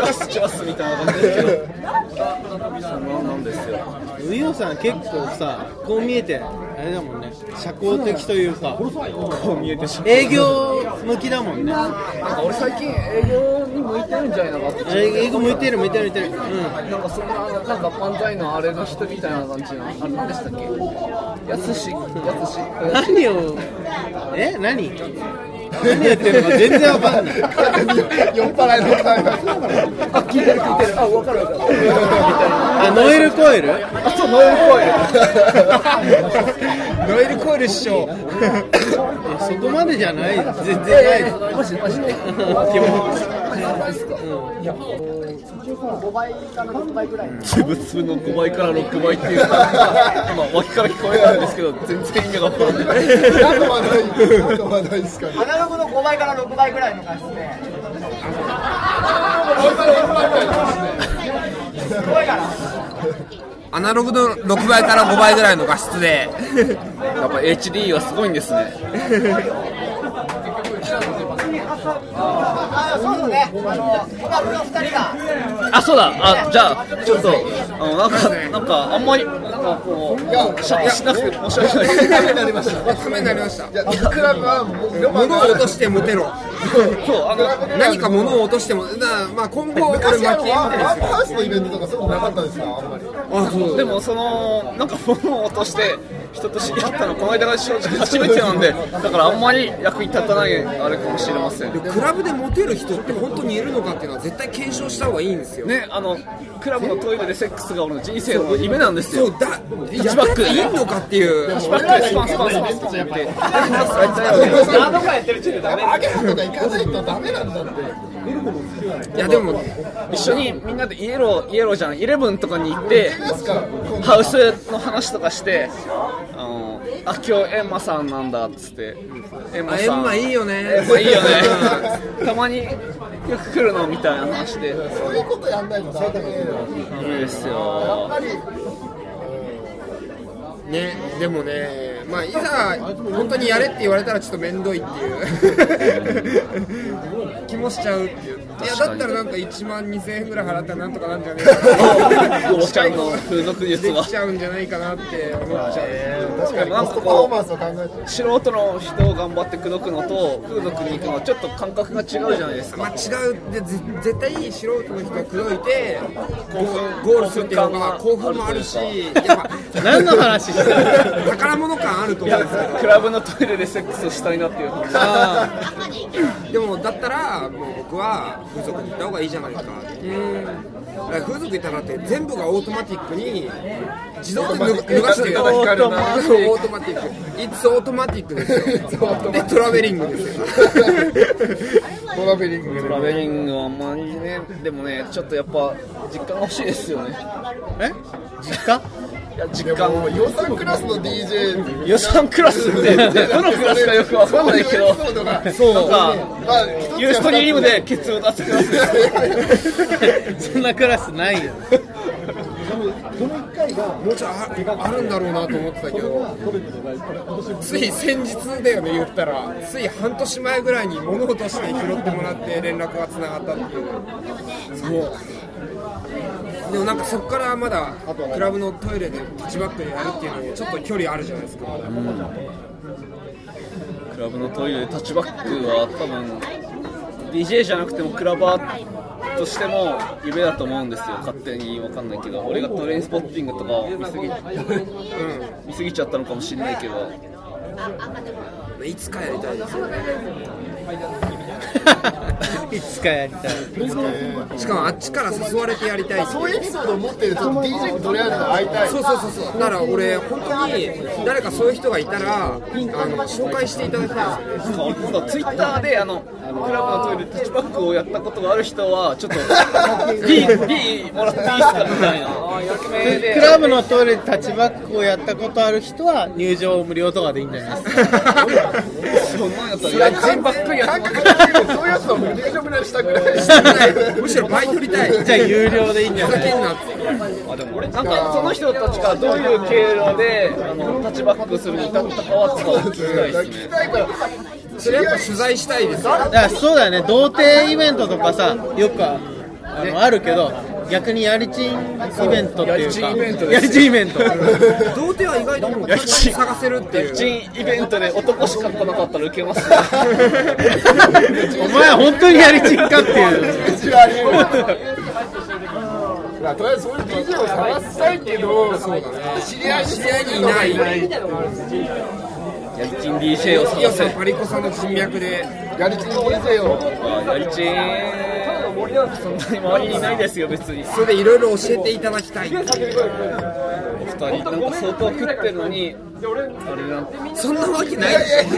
Speaker 2: ュワスチュワス」みたいな感じですけどそんななんですよ
Speaker 1: ウイオさん結構さこう見えてあれだもんね社交的というか
Speaker 2: こう見えてしまう
Speaker 1: 営業向きだもんね
Speaker 2: なんか俺最近営業に向いてるんじゃないのかって
Speaker 1: 営業向いてる向いてる向いてるうん
Speaker 2: なんかそんな、なんか漫才のあれの人みたいな感じの、あれ何でしたっけやすし、やすし。
Speaker 1: 何をえ何何やってるのか全然わかんない
Speaker 4: 酔っ払いの感じ
Speaker 2: あ、聞いてる聞いてる。あ、わかるわかる。みたいな。
Speaker 1: あノエル・コエル
Speaker 2: あ、そう、ノエルコ
Speaker 5: ノエル・コイル師匠
Speaker 1: いやそこまでじゃない全然
Speaker 2: イル。いや
Speaker 1: ないい
Speaker 2: やいや、マジでマジで。
Speaker 1: 気持ち
Speaker 2: やばいっすか。いや。つぶつぶの5倍から6倍っていうのが今今脇から聞こえたんですけど全然意味が分からない
Speaker 4: なんとはないなんとはないですか
Speaker 3: アナログの5倍から6倍ぐらいの感じで
Speaker 5: アナログの6倍から5倍ぐらいの画質で
Speaker 2: やっぱ HD はすごいんですね
Speaker 3: あそうそうねあのコバの2人が
Speaker 2: あそうだあじゃあちょっとあのなんかなんかあんまりなんかこうシャッしなくて申し訳ない
Speaker 4: ダメになりました
Speaker 5: ためになりました
Speaker 4: いやクラブはもうロマン
Speaker 5: 物
Speaker 4: が
Speaker 5: を落としてモテろ
Speaker 2: そうあの
Speaker 5: 何か物を落としてもなまあ今後俺
Speaker 4: 昔あの
Speaker 5: 巻き
Speaker 4: ワンワンハウスのイベントとかそういうのなかったですかあんまり
Speaker 5: あそう
Speaker 2: でもそのなんか物を落として人と知り合ったのこの間が正直初めてなんでだからあんまり役に立たないあれかもしれません
Speaker 5: クラブでモテる人って本当にいるのかっていうのは絶対検証した方がいいんですよ
Speaker 2: ねあのクラブのトイレでセックスが俺の人生の夢なんです
Speaker 5: そ
Speaker 2: よ
Speaker 5: うだ
Speaker 2: ッチバック
Speaker 5: やっていいのかっていう
Speaker 2: スパッとスパンスパンスパンスパンって言って
Speaker 4: アゲハとか行かないとダメなんだって
Speaker 5: いやでも
Speaker 2: 一緒にみんなでイエローイエローじゃんイレブンとかに行ってハウスの話とかしてあのあ今日エンマさんなんだっつってエン
Speaker 5: あエンマいいよね
Speaker 2: エンマいいよねたまによく来るのみたいな話で
Speaker 4: そういうことやんないとダメ
Speaker 2: ダメですよ
Speaker 4: やっぱり
Speaker 5: ねでもねまあいざ本当にやれって言われたらちょっと面倒いっていう気もしちゃう (laughs) っていういやだったらなんか1万2000円ぐらい払ったらなんとかなんじゃねえかな
Speaker 2: おっちゃんの風俗術
Speaker 5: (laughs) で
Speaker 2: は
Speaker 5: きちゃうんじゃないかなって思っちゃう、
Speaker 4: 確かに
Speaker 2: なん
Speaker 4: コ
Speaker 2: か
Speaker 4: ス
Speaker 2: こ
Speaker 4: ト
Speaker 2: う
Speaker 4: パフォーマンスを考えて
Speaker 2: 素人の人を頑張って口説くのと風俗に行くのはちょっと感覚が違うじゃないです
Speaker 5: まあ
Speaker 2: か
Speaker 5: 違うでぜ絶対素人の人が口説いてゴーゴールするっていうのが興奮もあるしやっぱ (laughs)
Speaker 1: 何の話してる
Speaker 5: 宝物感あると思うんですけど
Speaker 2: クラブのトイレでセックスしたいなっていう話
Speaker 5: でもだったらもう僕は風俗に行った方がいいじゃないかだから風俗行ったらって全部がオートマティックに自動で脱がしてる
Speaker 4: オート
Speaker 5: オ
Speaker 4: マティック
Speaker 5: ートマティック It's オートマティック (laughs) ですよでトラベリングですよ
Speaker 4: トラベリング
Speaker 2: トラベリングはあんまりねでもねちょっとやっぱ実感が欲しいですよね
Speaker 1: え実家
Speaker 2: いや実
Speaker 4: で
Speaker 2: 感
Speaker 4: も予算クラスの DJ
Speaker 2: 予算クラスって (laughs) どのクラスかよくわかんないけど
Speaker 4: そういうエピソードが
Speaker 2: そうなんか
Speaker 4: まあ一つや
Speaker 2: ユーストリームでケツを出すクラスです
Speaker 1: そんなクラスないよ
Speaker 5: もうちょいああるんだろうなと思ってたけどつい先日だよね言ったらつい半年前ぐらいに物落として拾ってもらって連絡がつながったっていうそうでもなんかそこからまだクラブのトイレでタッチバックでやるっていうのにちょっと距離あるじゃないですか
Speaker 2: クラブのトイレでタッチバックは多分 DJ じゃなくてもクラバーとしても夢だと思うんですよ勝手にわかんないけど俺がトレインスポッティングとかを見すぎ、見すぎちゃったのかもしれないけど
Speaker 5: いつかやりたいですよね
Speaker 1: いつかやりたい
Speaker 5: しかもあっちから誘われてやりたいっていう
Speaker 4: そういうエピソードを持ってるちょっと DJ にとりあえず会いたい
Speaker 5: そうそうそうそうだから俺本当に誰かそういう人がいたらあの紹介していただきたいですね
Speaker 2: ツイッターであのクラブのトイレでタッチバックをやったこと (laughs) がある人はちょっと D, D もらっていいですかみたいなあー役名で
Speaker 1: クラブのトイレでタッチバックをやったことある人は入場無料とかでいいんじゃないですか
Speaker 2: そんなんやったらやっちばっかりやって
Speaker 4: 感覚的にもそういうやつの無理やりなしたくないした
Speaker 5: むしろ倍取りたい
Speaker 1: (laughs) じゃあ有料でいいんじゃ
Speaker 5: ふざ
Speaker 1: ない
Speaker 5: けんなって
Speaker 2: あでも俺なんかその人たちがどういう経路であのタッチバックするに至ったかはちょっと聞きたいですね
Speaker 5: それやっぱ取材したいですよ
Speaker 1: だからそうだよね童貞イベントとかさよくああのあるけど逆にやりちんイベントっていうかやりちんイベント
Speaker 5: 童貞は意外ともう簡単に探せるっていう
Speaker 2: チンイベントで男しか来なかったらウケます
Speaker 1: お前は本当にやりちん (laughs) かっていう
Speaker 4: ちはありえないとりあえずそういう DJ を探したいけど知り合いに
Speaker 5: 知り合いにいない
Speaker 2: やりちん DJ を
Speaker 5: い
Speaker 2: 探
Speaker 5: やそ
Speaker 2: せ
Speaker 5: のパリコさんの人脈で
Speaker 4: やりきり DJ を
Speaker 2: やりちんそんなに周りにいないですよ別に
Speaker 5: それでいろいろ教えていただきたい
Speaker 2: お二人なんか相当食ってるのにあれなん
Speaker 5: そんなわけないでし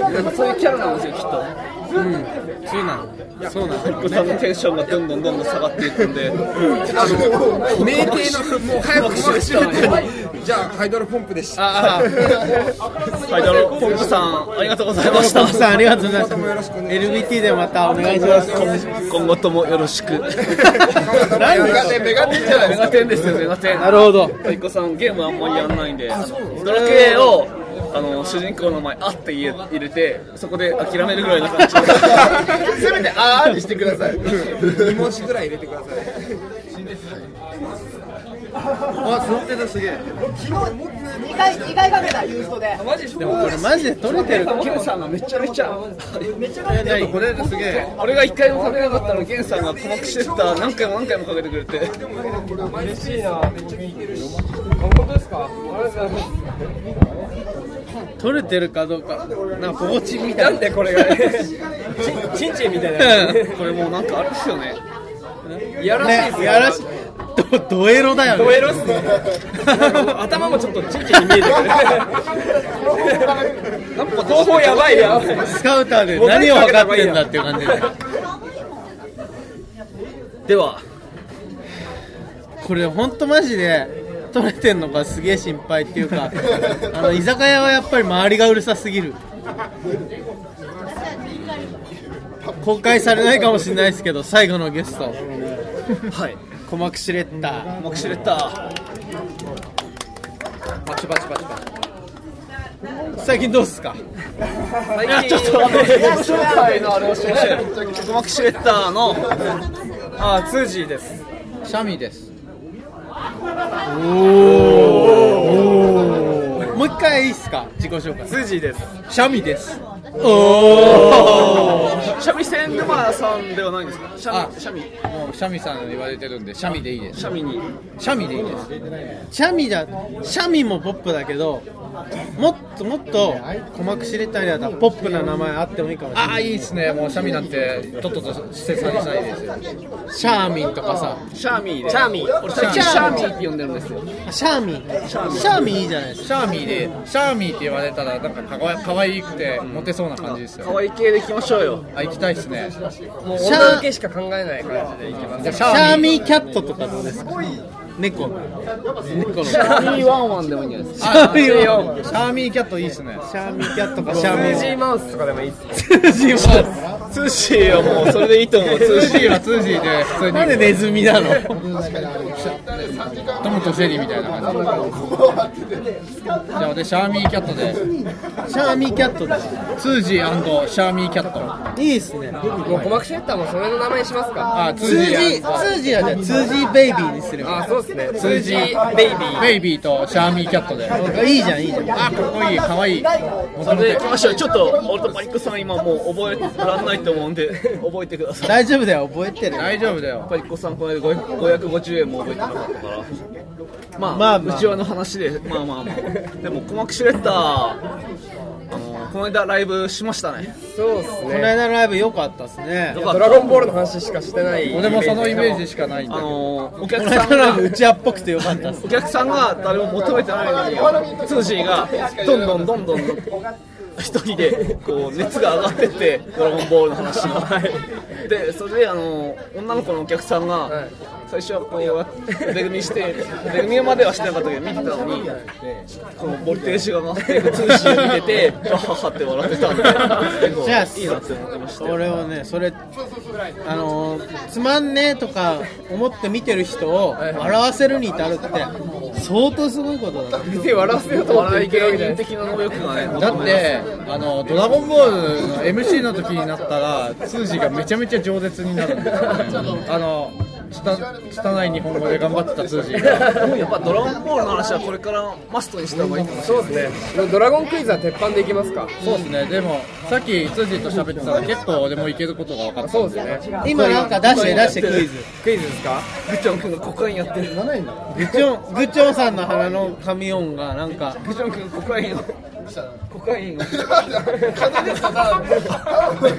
Speaker 2: なんかそういうキャラなんですよきっと
Speaker 1: そうなの
Speaker 2: お子さんのテンションがどんどんどんどん下がっていくんで
Speaker 5: ょ名店のもう早く回しめてじゃあハイドロポンプでした
Speaker 1: あ
Speaker 2: はいだろポンプさんありがとうございまし
Speaker 1: あ
Speaker 2: た
Speaker 1: さんありがとうございました
Speaker 5: 今後ともよろしくお願い
Speaker 1: LBT でまたお願いします
Speaker 2: 今後ともよろしく
Speaker 4: メガテンメガテンじゃない
Speaker 2: メガテンですよメガテン
Speaker 1: なるほど
Speaker 2: 太鼓さんゲームあんまりやんないんでドラクエをあの主人公の前あって言え入れてそこで諦めるぐらいな感じ
Speaker 4: せめてあーにしてください
Speaker 5: 2文字ぐらい入れてください
Speaker 4: あその手だすげえ
Speaker 3: 意外意外かけたユーストで
Speaker 1: でもこれマジで取れてるか
Speaker 2: ゲンさんがめちゃめちゃ
Speaker 4: これですげえ
Speaker 2: 俺が一回も食べなかったのゲンさんが鼓膜してた何回も何回もかけてくれて
Speaker 1: 取れてるかどうかなんか心地みたい
Speaker 2: なんでこれが
Speaker 6: チンチンみたいなや
Speaker 2: うんこれもうなんかあれですよねいやらしいです
Speaker 1: ねやらしどドエロだよね
Speaker 6: つ。ドエロっすね。頭もちょっとチンチンに見えてくる。
Speaker 2: なんか
Speaker 6: 方法やばいやばい。
Speaker 1: スカウターで何を分かってんだっていう感じで
Speaker 2: では
Speaker 1: これ本当マジで取れてんのかすげえ心配っていうかあの居酒屋はやっぱり周りがうるさすぎる公開されないかもしれないですけど最後のゲスト
Speaker 2: はい
Speaker 1: 鼓膜シュレッダー
Speaker 2: 鼓膜シュレッダーま
Speaker 5: チュパチュパチュパ
Speaker 1: 最近どうっすか
Speaker 2: いやちょっとトマクシュレッダーのあーツージーです
Speaker 7: シャミです
Speaker 1: もう一回いいっすか自己紹介
Speaker 2: ツージーです
Speaker 7: シャミです
Speaker 2: シャミセンヌマさんではないんですかシャミシャミ
Speaker 7: もうシャミさん言われてるんでシャミでいいです
Speaker 2: シャミに
Speaker 7: シャミでいいです
Speaker 1: シャミだシャミもポップだけどもっともっと鼓膜知れたりだったらポップな名前あってもいいかもしれ
Speaker 7: ああいいですねもうシャミなんてとっとと捨て去りたいですよ
Speaker 1: ないシャーミンとかさ
Speaker 2: シャミでシャミ俺最近シャミって呼んでるんですよ
Speaker 1: あシャーミンシャーミンいいじゃないです
Speaker 7: シャーミーでシャーミーって言われたらなんかかわい可愛くてモテそうな感じです
Speaker 2: 可
Speaker 7: よ
Speaker 2: 愛い系でいきましょうよ
Speaker 7: あ行きたいですねじゃあシ
Speaker 5: もう
Speaker 1: シャー
Speaker 5: 女受けしか考えない感じでいきます
Speaker 7: ャ
Speaker 1: かシャー
Speaker 7: ーミー
Speaker 1: ミンキャットとかどうですか猫猫のシ
Speaker 2: シャミワンワンでもいいんじゃないですか
Speaker 1: ャーミン
Speaker 7: シャーミーキャットいいですね
Speaker 1: シャーミンキャットかシャーミン
Speaker 5: ジーマウスとかでもいいっす
Speaker 2: ツーシーはもうそれでいいと思うツ
Speaker 7: ツ
Speaker 2: ー
Speaker 7: ー
Speaker 2: シ
Speaker 7: シ
Speaker 2: ー
Speaker 7: ー
Speaker 2: は
Speaker 7: はツーシーで普通に
Speaker 1: なんでネズミなの
Speaker 7: トムとジェリーみたいな感じじゃあ私シャーミーキャットで
Speaker 1: シャーミンキャットです
Speaker 7: ツージーシャーミーキャット
Speaker 1: いいっすね
Speaker 5: もう鼓膜シェッターもそれの名前にしますか
Speaker 7: あツ
Speaker 1: 通
Speaker 7: ー
Speaker 1: じ
Speaker 7: ジー
Speaker 1: 通じはじゃあ通じベイビーにすれば
Speaker 5: あそうっすね
Speaker 7: 通
Speaker 5: 数
Speaker 7: じ
Speaker 5: 字ベイビー
Speaker 7: ベイビーとシャーミーキャットであ
Speaker 1: いいじゃんいいじゃん
Speaker 7: かっこいいかわいい
Speaker 2: それでいきましょうちょっと俺とパニックさん今もう覚えらんないと思うんで覚えてください
Speaker 1: 大丈夫だよ覚えてる
Speaker 7: 大丈夫だよ
Speaker 2: パニックさんこの間500 550円も覚えてなかったからまあ、
Speaker 1: ま
Speaker 2: ま
Speaker 1: あ
Speaker 2: あ
Speaker 1: まあ
Speaker 2: うちわの話でまあまあまあでも鼓膜シュレッダーあのこの間ライブしましたね
Speaker 5: そうっす
Speaker 1: この
Speaker 5: ね
Speaker 1: 間のライブ良かったですね
Speaker 2: よか
Speaker 5: ド
Speaker 2: っ
Speaker 5: ラ
Speaker 2: た
Speaker 5: ゴンボールの話しかしてない
Speaker 7: 俺もそのイメージしかないんだ
Speaker 2: あ
Speaker 7: けど
Speaker 2: のお
Speaker 1: こ
Speaker 2: 客
Speaker 1: の
Speaker 2: さ
Speaker 1: 間
Speaker 2: ん
Speaker 1: のライ
Speaker 2: が
Speaker 1: ブうちわっぽくて良かったです
Speaker 2: お客さんが誰も求めてないのに、ツーシーがどんどんどんどん一人でこう熱が上がってって、ドラゴンボールの話にで、それであの女の子のお客さんが、最初はこうやって腕組みして、腕組みまではしてなかったけど、見てたのに、このボルテージが上がっていくツーシーを見てて、ガハハって笑ってたんで、
Speaker 1: じゃあ
Speaker 2: いいなって思ってました。
Speaker 1: 俺はねそれあのーつまんねえとか思って見てる人を笑わせるに至るって相当すごいことだね
Speaker 5: 別に笑わせようと思っていけるわけじゃないです
Speaker 2: 的な能力がね、
Speaker 7: だって、あの、ドラゴンボールの MC の時になったら、通じがめちゃめちゃ饒舌になるんですよ
Speaker 2: (laughs)
Speaker 7: ね。あの、つた、拙い日本語で頑張ってた通じが。
Speaker 2: やっぱドラゴンボールの話はこれからマストにした方がいいかもしれない。
Speaker 5: そうですねドラゴンクイズは鉄板でいきますか
Speaker 7: そうですね、でも、さっき通じと喋ってたら、結構俺もいけることが分かった。
Speaker 5: そうですね
Speaker 1: 今なんか出して出してクイズ
Speaker 5: クイズですか
Speaker 2: ぐちゃんくんがコカインやってる。
Speaker 1: グチョングチョンさんの鼻の髪音がなんか
Speaker 2: グジョン君コカインをコカインを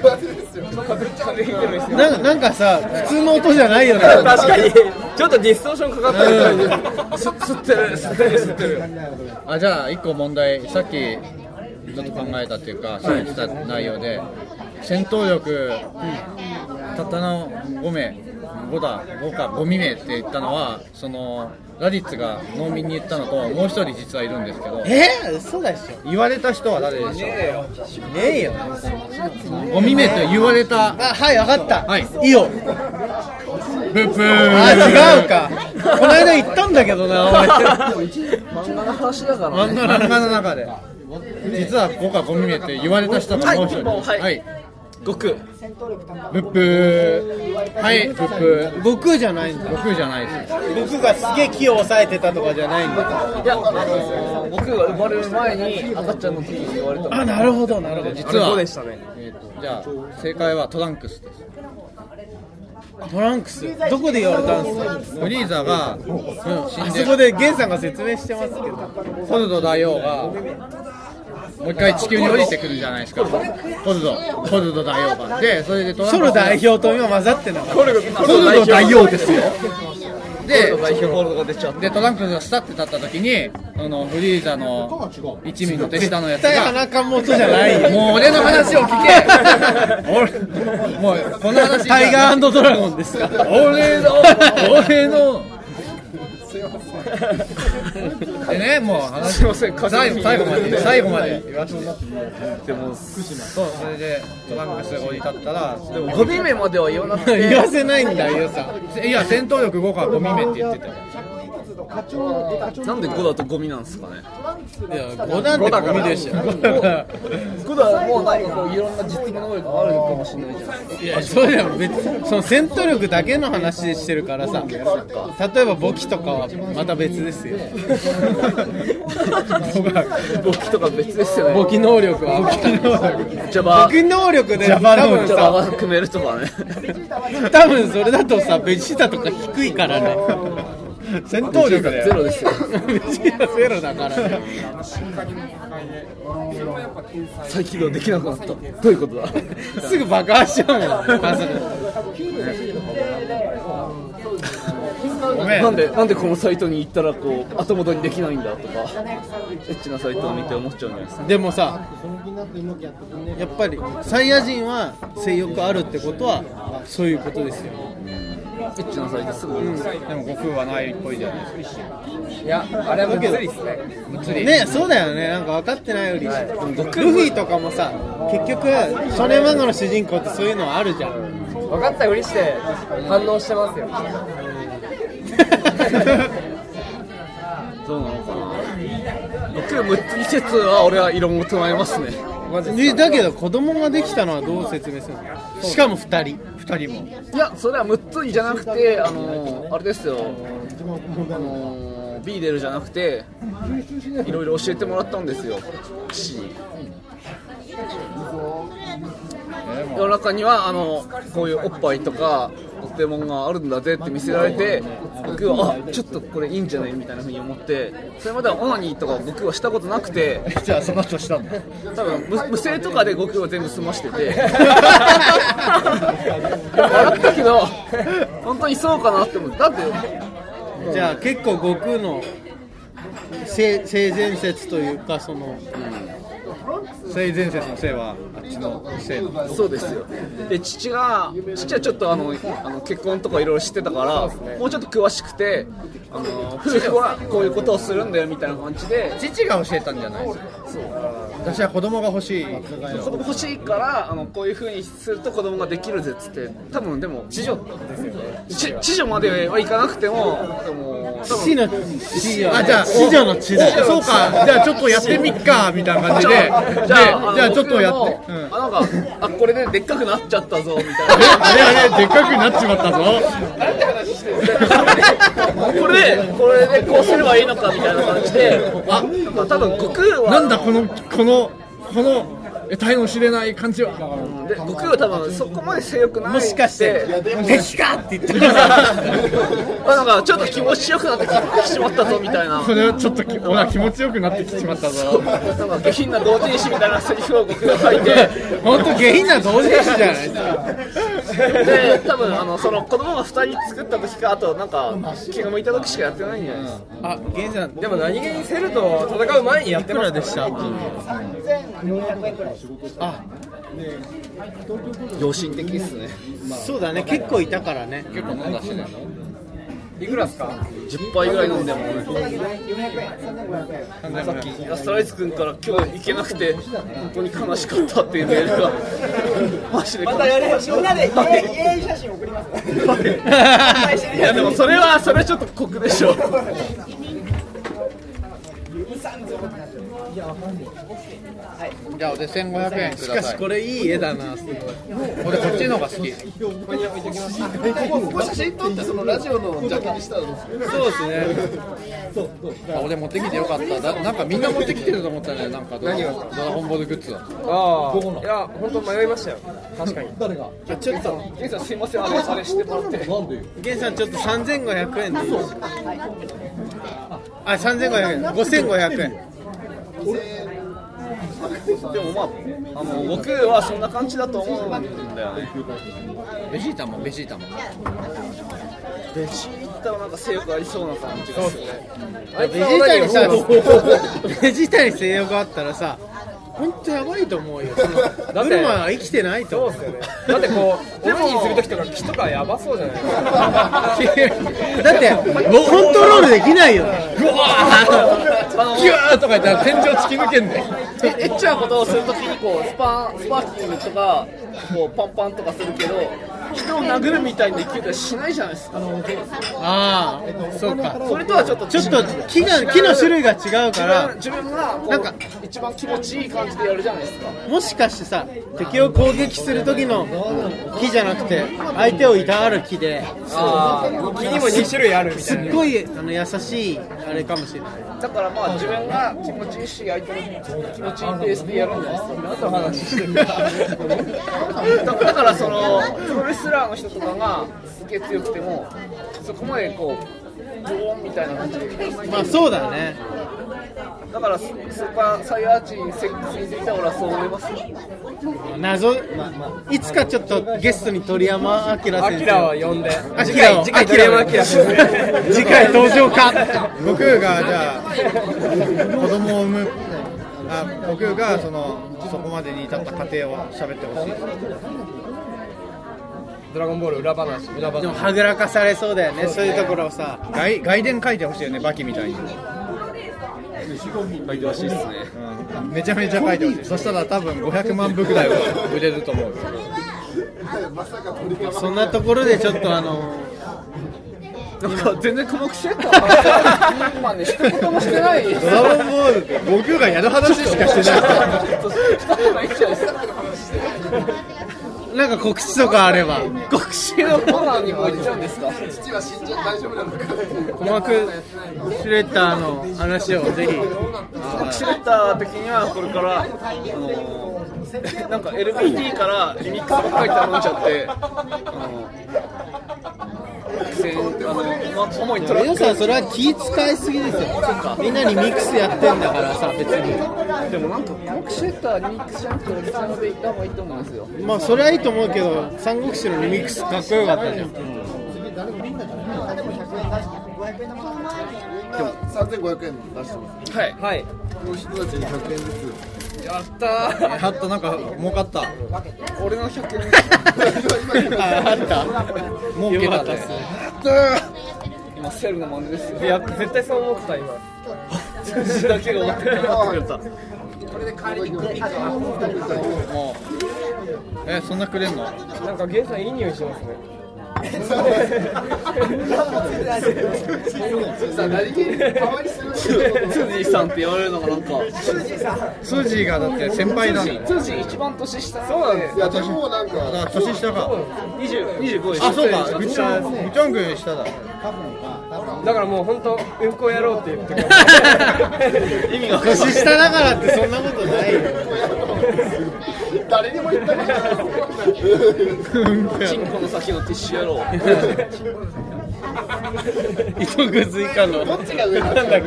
Speaker 1: なんかなんかさ普通の音じゃないよね
Speaker 2: 確かにちょっとディストーションかかってる吸ってる吸ってる吸ってる
Speaker 7: あ、じゃあ、一個問題、さっき、ちょっと考えたっていうか、喋ってた内容で、戦闘力、たったの5名、5だ、5か、5未名って言ったのは、その、ラディッツが農民に言ったのと、もう一人実はいるんですけど、
Speaker 1: えー、嘘でしょ
Speaker 7: 言われた人は誰でしょ
Speaker 1: ねえよ
Speaker 7: うゴミ名って言われた
Speaker 1: あはい分かった
Speaker 7: はい
Speaker 1: いいよ
Speaker 7: ブッブ
Speaker 1: あ
Speaker 7: ー
Speaker 1: 違うかこの間言ったんだけどな俺 (laughs)
Speaker 2: 漫画の話だからね
Speaker 7: 漫画の中で実は僕はゴミ名って言われた人がもう一人
Speaker 2: はい
Speaker 7: はい
Speaker 2: 悟空
Speaker 7: ブッブーはいブッブー
Speaker 1: 悟空じゃないんだ
Speaker 7: 僕じゃないです
Speaker 1: 悟空がすげえ木を抑えてたとかじゃないんだ
Speaker 2: いやあのー悟空が生まれる前に赤ちゃんの時に言われた
Speaker 1: あなるほどなるほど
Speaker 7: 実は
Speaker 5: でしたね
Speaker 7: えーとじゃあ正解はトランクスです
Speaker 1: トランクスどこで言われたんですか
Speaker 7: フリーザが死
Speaker 1: あ
Speaker 7: ん
Speaker 1: そこ
Speaker 7: で
Speaker 1: でゲンさんが説明してますけど
Speaker 7: コルド大王がもう一回地球に降りてくるじゃないですかコルドコルド大王がでそれでトランク
Speaker 1: ソ
Speaker 7: ス
Speaker 1: ル代表と今混ざってなかっ
Speaker 7: コルド大王ですよで
Speaker 2: 代表ボールが出ちゃって
Speaker 7: でトランクスがスタって立った時にあのフリーザの一味の手下のやつ
Speaker 1: た絶対
Speaker 7: が
Speaker 1: 鼻かむ音じゃないよ
Speaker 7: もう俺の話を聞 (laughs) け俺もうこの話
Speaker 1: タイガードラゴンですか
Speaker 7: 俺の俺のでねもう話
Speaker 2: すいません風
Speaker 7: 最後
Speaker 2: 邪
Speaker 7: 最後
Speaker 2: ひ
Speaker 7: ま
Speaker 2: いて
Speaker 7: で最後まで言わせて
Speaker 2: でも
Speaker 7: そうそれでトランクスが降り立ったら
Speaker 2: 5人目までは言わなくて
Speaker 1: 言わせないんだよさ
Speaker 7: いや戦闘力5かゴミ目って言ってたよ
Speaker 2: なんで5だとゴミなんですかね
Speaker 1: 5段ってゴミでしょいやそうだよ別にその戦闘力だけの話してるからさ例えば簿記とかはまた別ですよ
Speaker 2: 簿記とか別ですよね
Speaker 1: 簿記能力は
Speaker 2: 邪
Speaker 1: 簿
Speaker 2: 魔
Speaker 1: 記能力で多分
Speaker 2: 邪魔
Speaker 1: さ
Speaker 2: が組めるとかね
Speaker 1: 多分それだとさベジータとか低いからね戦闘力だよ
Speaker 2: ゼロで
Speaker 1: (laughs)
Speaker 2: すよ
Speaker 1: ベジータゼロだからね
Speaker 2: 再起動できなくなったどういうことだ
Speaker 1: (laughs) すぐ爆破しちゃうもんパズルごめん
Speaker 2: なんでなんでこのサイトに行ったらこう後戻りできないんだとかエッチなサイトを見て思っちゃうんじゃないですか
Speaker 1: でもさやっぱりサイヤ人は性欲あるってことはそういうことですよ
Speaker 2: エッチなサイトすぐ見ます
Speaker 7: でも悟空はないっぽいじゃないです
Speaker 1: あれはけどねそうだよねなんか分かってないよりルフィとかもさ結局少年漫画の主人公ってそういうのあるじゃん
Speaker 6: 分かったふりして反応し
Speaker 1: (laughs)
Speaker 6: てますよ
Speaker 2: どうなのかな僕六つ季節は俺は異論を唱えますね
Speaker 1: でだけど子供ができたのはどう説明するのしかも2人2人も
Speaker 2: いやそれはムッツリじゃなくてあのーあれですよあのービーデルじゃなくていろいろ教えてもらったんですよ父に世の中にはあのこういうおっぱいとかお手本があるんだぜって見せられて僕はあちょっとこれいいんじゃないみたいなふうに思ってそれまではオナニーとか僕はしたことなくて
Speaker 7: かじゃあその人したんだ
Speaker 2: 多分無無声とかで5キロ全部済ましてて笑ったけど本当にそうかなって思ってだって
Speaker 1: じゃあ結構悟空の性性善説というかその
Speaker 7: 性善説の性はあっちの性
Speaker 2: そうですよで父が父はちょっとあのあの結婚とかいろいろ知ってたからもうちょっと詳しくてあの夫婦はこういうことをするんだよみたいな感じで
Speaker 7: 父が教えたんじゃないですか私は子供が欲しい
Speaker 2: 子供欲しいからあのこういうふうにすると子供ができるぜっつって多分でも知女ですよね知女まではいかなくてもでも多分
Speaker 1: 父の父
Speaker 7: あじゃあ
Speaker 1: 子女の父だよ
Speaker 7: そうかじゃあちょっとやってみっかみたいな感じででじ
Speaker 2: あ
Speaker 7: ゃあちょっとやって、
Speaker 2: 僕
Speaker 7: う
Speaker 2: の
Speaker 7: ん、
Speaker 2: あなんかあこれででっかくなっちゃったぞみた
Speaker 7: あれ
Speaker 2: いな
Speaker 7: あれあれでっかくなっちまったぞ (laughs)
Speaker 2: これでこれでこうすればいいのかみたいな感じであ、まあ、多分悟空は
Speaker 7: なんだこのこのこの得体の知れない感じは
Speaker 2: で悟空は多分そこまで性欲ない
Speaker 1: もしかして敵かって言って
Speaker 2: (laughs)
Speaker 1: る
Speaker 2: あなんかちょっと気持ちよくなってきてしまったぞみたいな
Speaker 7: これはちょっときおな気持ちよくなってきちまったぞ
Speaker 2: なんか下品な同人誌みたいなセリフを悟空が書いて
Speaker 1: 本当下品な同人誌じゃないですか
Speaker 2: で多分あのその子供が2人作った時かあとなんか気が向いた時しかやってないんじゃないですか
Speaker 1: あ、ゲンさん、
Speaker 6: でも何気にセルと戦う前にやって
Speaker 1: いく
Speaker 6: ま
Speaker 1: ら
Speaker 6: す
Speaker 1: でした
Speaker 2: 良心的ですね
Speaker 1: そうだね、結構いたからね
Speaker 6: いくらですか
Speaker 2: 10杯ぐらい飲んでもさっきアストライズ君から今日行けなくて本当に悲しかったっていうメールがマジでまたやれみんなで家写真送りますいやでもそれはそれはちょっと酷でしょ
Speaker 7: じゃあ俺1500円く
Speaker 1: しかしこれいい絵だなすごい
Speaker 7: 俺こっちの方が好き
Speaker 4: ここ写真撮ってそのラジオのジャケにしたらどうですか
Speaker 1: そうですね
Speaker 7: あ俺持ってきてよかっただなんかみんな持ってきてると思ったねなんかドラドラゴンボールグッズだ
Speaker 6: ああいや本当迷いましたよ確かに
Speaker 1: あちょっと、
Speaker 2: ゲンさんすいませんあのあれしてもらって
Speaker 1: ゲンさんちょっと3500円でいいですあ、3500円、5500円
Speaker 2: でもまああの僕はそんな感じだと思うんだよね
Speaker 7: ベジータもベジータも
Speaker 2: ベジータはなんか性欲ありそうな感じがするね
Speaker 6: あいつ
Speaker 1: ベジ
Speaker 6: は
Speaker 1: ータ
Speaker 6: 何
Speaker 1: に
Speaker 6: を
Speaker 1: さ、ベジータに性欲あったらさ本当やばいと思うよそのブ
Speaker 6: て
Speaker 1: ルマは生きてないと
Speaker 6: そう
Speaker 1: 思
Speaker 6: っ
Speaker 1: う
Speaker 6: すよねだってこうオナニーする時とか木とかやばそうじゃないですか
Speaker 1: だって、コントロールできないよね
Speaker 7: ギューとか言ったら天井突き抜けんだよ
Speaker 2: エッチなことをするときに構スパンスパーキングとかこうパンパンとかするけど人を殴るみたいな勢いはしないじゃないですか
Speaker 1: ああそうか
Speaker 2: それとはちょっと
Speaker 1: ちょっと木が木の種類が違うから
Speaker 2: 自分がこう
Speaker 1: なんか
Speaker 2: 一番気持ちいい感じでやるじゃないですか
Speaker 1: もしかしてさ敵を攻撃する時の木じゃなくて相手をいたわる木で
Speaker 6: 気にも2種類あるみた
Speaker 1: す
Speaker 6: いな
Speaker 1: っごいあの優しいあれかもしれない
Speaker 2: だからまあ自分が気持ちいいし相手も気持ちいいペースでやるんじゃないですか何の話し
Speaker 1: (laughs)
Speaker 2: てるだだからそのプロレスラーの人とかがすげえ強くてもそこまでこうドーンみたいな感じで
Speaker 1: まあそうだよね
Speaker 2: だからススーパーサイヤーチンせついてきた俺はそう思いますよ
Speaker 1: 謎いつかちょっとゲストに鳥山明
Speaker 6: ア
Speaker 1: 先
Speaker 6: キラを
Speaker 1: 生
Speaker 6: 呼んで
Speaker 1: アキ
Speaker 6: 次
Speaker 1: ラを
Speaker 6: 回次回鳥山アキラ先生
Speaker 1: 次回登場か
Speaker 4: 悟空がじゃあ子供を産むあ悟空がそのそこまでに至った過程を喋ってほしい
Speaker 6: ドラゴンボール裏話裏
Speaker 1: でも
Speaker 6: 話
Speaker 1: はぐらかされそうだよねそういうところをさ
Speaker 4: 外外伝書いてほしいよねバキみたいに、
Speaker 2: 書いてほしいですね
Speaker 4: うん、めちゃめちゃ書いてほしいそしたら多分500万部ぐらいは売れると思う
Speaker 1: そんなところでちょっとあの
Speaker 2: なんか全然科目してたまあね一言もしてない
Speaker 4: ドラゴンボールって悟空がやる話しかしてない
Speaker 2: した方がいいんじゃないですか
Speaker 1: なんか告知とかあれば
Speaker 2: 学習のコーナーにも行っちゃうんですか
Speaker 1: 鼓膜シュレッダーの話をぜひ
Speaker 2: シュレッダー的にはこれから、あのーなんか LBT からリミックスばっかり頼んじゃって、あのーせんあのま主にトラッ
Speaker 1: 皆さんそれは気使いすぎですよみんなにミックスやってんだからさ別に
Speaker 2: クでもなんかコクシュレッダーリミックスじゃなくてオリジナルで行った方がいいと思うんですよ
Speaker 1: まあそれはいいと思うけど三国志のリミックスかっこよかったじゃん
Speaker 4: 3500円出してま
Speaker 2: はい
Speaker 6: はい
Speaker 4: すこの人たちに100円ずつ
Speaker 2: やったー
Speaker 7: ハットなんか儲かった
Speaker 2: 俺の100円
Speaker 1: ああった
Speaker 7: 儲けたって
Speaker 2: 今セルの真似ですよ
Speaker 6: いや絶対そう思ってた今
Speaker 2: 私だけが思ってなかった
Speaker 7: もうえそんなくれんの
Speaker 6: なんかゲンさんいい匂いしてますね
Speaker 2: ツージーさんって言われるのがなんか
Speaker 7: スージーがだって先輩なんだよ
Speaker 2: ツージー一番年下そうなんです
Speaker 4: いや私もなんか
Speaker 7: あ年下か
Speaker 2: 25です
Speaker 7: あそうかグチョン君下だ
Speaker 6: だからもう本当うんこやろうって言ってくる
Speaker 2: 意味が
Speaker 1: 年下だからってそんなことないよ
Speaker 4: 誰にも言ったことない
Speaker 2: チンコの先のティッシュやろう
Speaker 1: 糸くずいかの
Speaker 4: どっちが上なんだっけどっち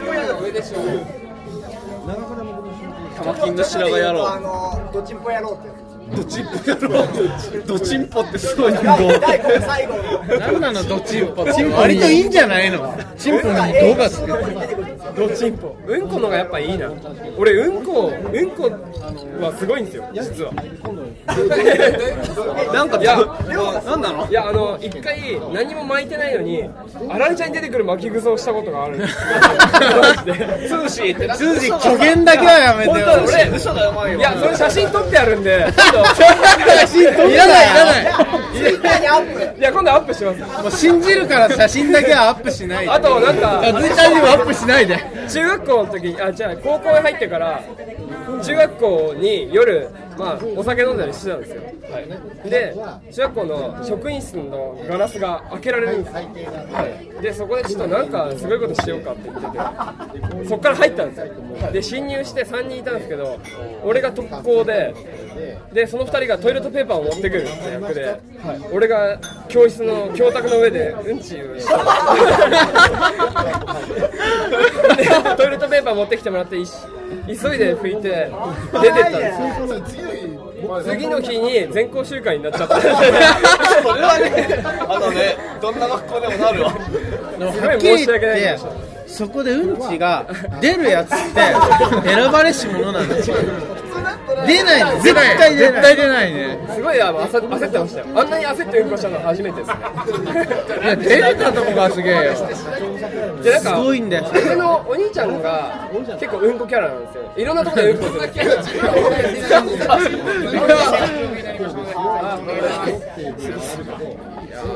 Speaker 4: も嫌だ上でしょ
Speaker 2: 玉金の白髪やろう
Speaker 3: あのどっちもやろうって
Speaker 2: ドチンポやろうドチンポってすごいな
Speaker 3: 第5最後の
Speaker 1: 何なのどチンポ割といいんじゃないの
Speaker 7: チンポに動画つけて
Speaker 6: どチンポうんこのがやっぱいいな俺うんこうんこはすごいんですよ
Speaker 1: (laughs)
Speaker 6: 実はなんかいや
Speaker 2: 何なの
Speaker 6: いやあの一回何も巻いてないのにアランちゃんに出てくる巻き草をしたことがあるんです
Speaker 1: (laughs)
Speaker 2: ツーシーって
Speaker 1: 通じ虚言だけはやめて
Speaker 6: 本
Speaker 1: よ
Speaker 6: 当は俺
Speaker 2: 嘘だよ前よ
Speaker 6: いやそれ写真撮ってあるんで今度
Speaker 1: (laughs) 写真撮
Speaker 7: いらないい
Speaker 1: い
Speaker 7: らない
Speaker 6: いや今度アップします
Speaker 1: もう信じるから写真だけはアップしないで
Speaker 6: あとなんか
Speaker 7: あずーちゃんにもアップしないで
Speaker 6: 中学校の時にあじゃあ高校へ入ってから中学校に夜まあお酒飲んだりしてたんですよ、で中学校の職員室のガラスが開けられるんですよ、でそこでちょっとなんかすごいことしようかって言っててそこから入ったんですよで侵入して3人いたんですけど俺が特攻ででその2人がトイレットペーパーを持ってくるって役で俺が教室の教卓の上でうんちをしたで (laughs) トイレットペーパー持ってきてもらっていし急いで拭いて出てったんですよ次の日に全校集会になっちゃ
Speaker 1: (laughs)
Speaker 6: った
Speaker 2: それはねあのねどんな学校でもなるわ
Speaker 6: すご
Speaker 1: はいっきり
Speaker 6: 申し
Speaker 1: 言っ
Speaker 6: 訳ないで
Speaker 1: て
Speaker 6: した
Speaker 1: そこでうんちが出るやつって選ばれし者なんですよ出ない絶
Speaker 6: ない
Speaker 1: 対出
Speaker 7: 絶
Speaker 1: ない
Speaker 7: 対出ないね
Speaker 6: すごいあの焦焦ってましたよあんなに焦ってうんこしたの初めてですね
Speaker 7: いや出れたとこがすげえよ
Speaker 6: でなん
Speaker 1: す
Speaker 6: か
Speaker 1: ごいんだよ
Speaker 6: 僕のお兄ちゃんが結構うんこキャラなんですよいろんなとこでうんこする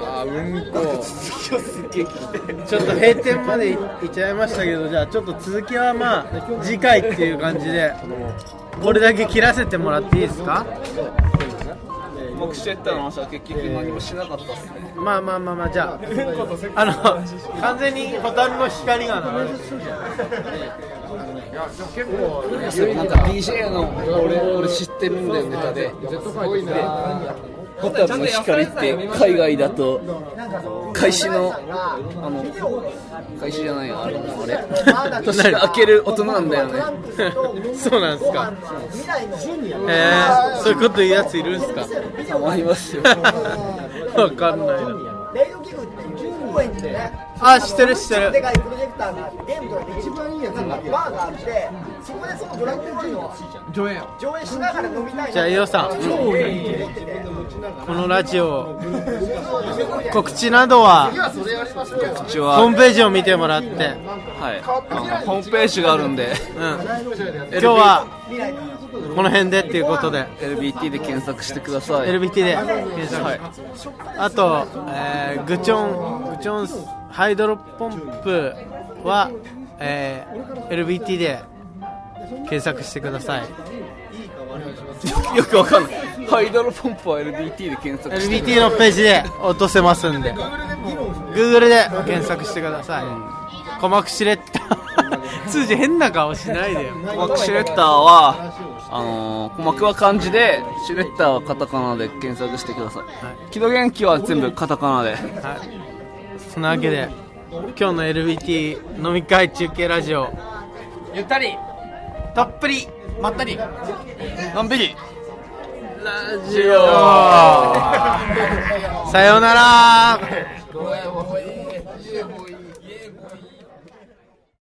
Speaker 7: あうんこ
Speaker 1: ちょっと閉店までいっちゃいましたけどじゃあちょっと続きはまあ次回っていう感じでこれだけ切らせてもらっていいですか
Speaker 2: 目視やったのはさ結局何もしなかったっすね
Speaker 1: まあまあまあまあじゃああの完全にホタルの光が流れてる
Speaker 2: なんか DJ の俺俺知ってるんだよネタでホタルの光って海外だと開始のあの開始じゃないあれあれ年が明ける大人なんだよね
Speaker 1: (laughs) そうなんですかへえそういうこと言うやついるんすか
Speaker 2: たまりま
Speaker 1: (laughs)
Speaker 2: すよ
Speaker 1: わかんないな
Speaker 3: レイド器具って10公演でね
Speaker 1: あ知ってる知って
Speaker 3: で
Speaker 1: る
Speaker 3: かいプロジェクターがあってゲームとかで一番いいやつなんかバーがあってそこでそのドラッグっていうのを上映しながら飲みたい
Speaker 1: じゃあ伊オさんこのラジオ告知などは
Speaker 2: 一
Speaker 1: ホー
Speaker 2: 応
Speaker 1: ムページを見てもらって
Speaker 2: はいあのホームページがあるんで
Speaker 1: うん今日はこの辺でっていうことで
Speaker 2: LBT で検索してください
Speaker 1: LBT で検索、あと、えーグチョングチョンスハイドロポンプは、えー LBT で検索してください
Speaker 2: よくわかんないハイドロポンプは LBT で検索して
Speaker 1: LBT のページで落とせますんで Google で検索してください、鼓膜シレ
Speaker 2: (laughs)
Speaker 1: ッダ通じ変な顔しないでよ
Speaker 2: 鼓膜シュレッダーはあのー、鼓膜は漢字でシュレッダーはカタカナで検索してください、木戸元気は全部カタカナで
Speaker 1: そんなわけで今日の LBT 飲み会中継ラジオ
Speaker 6: ゆったり
Speaker 1: たっぷりまったり
Speaker 2: のんびり
Speaker 1: さようなら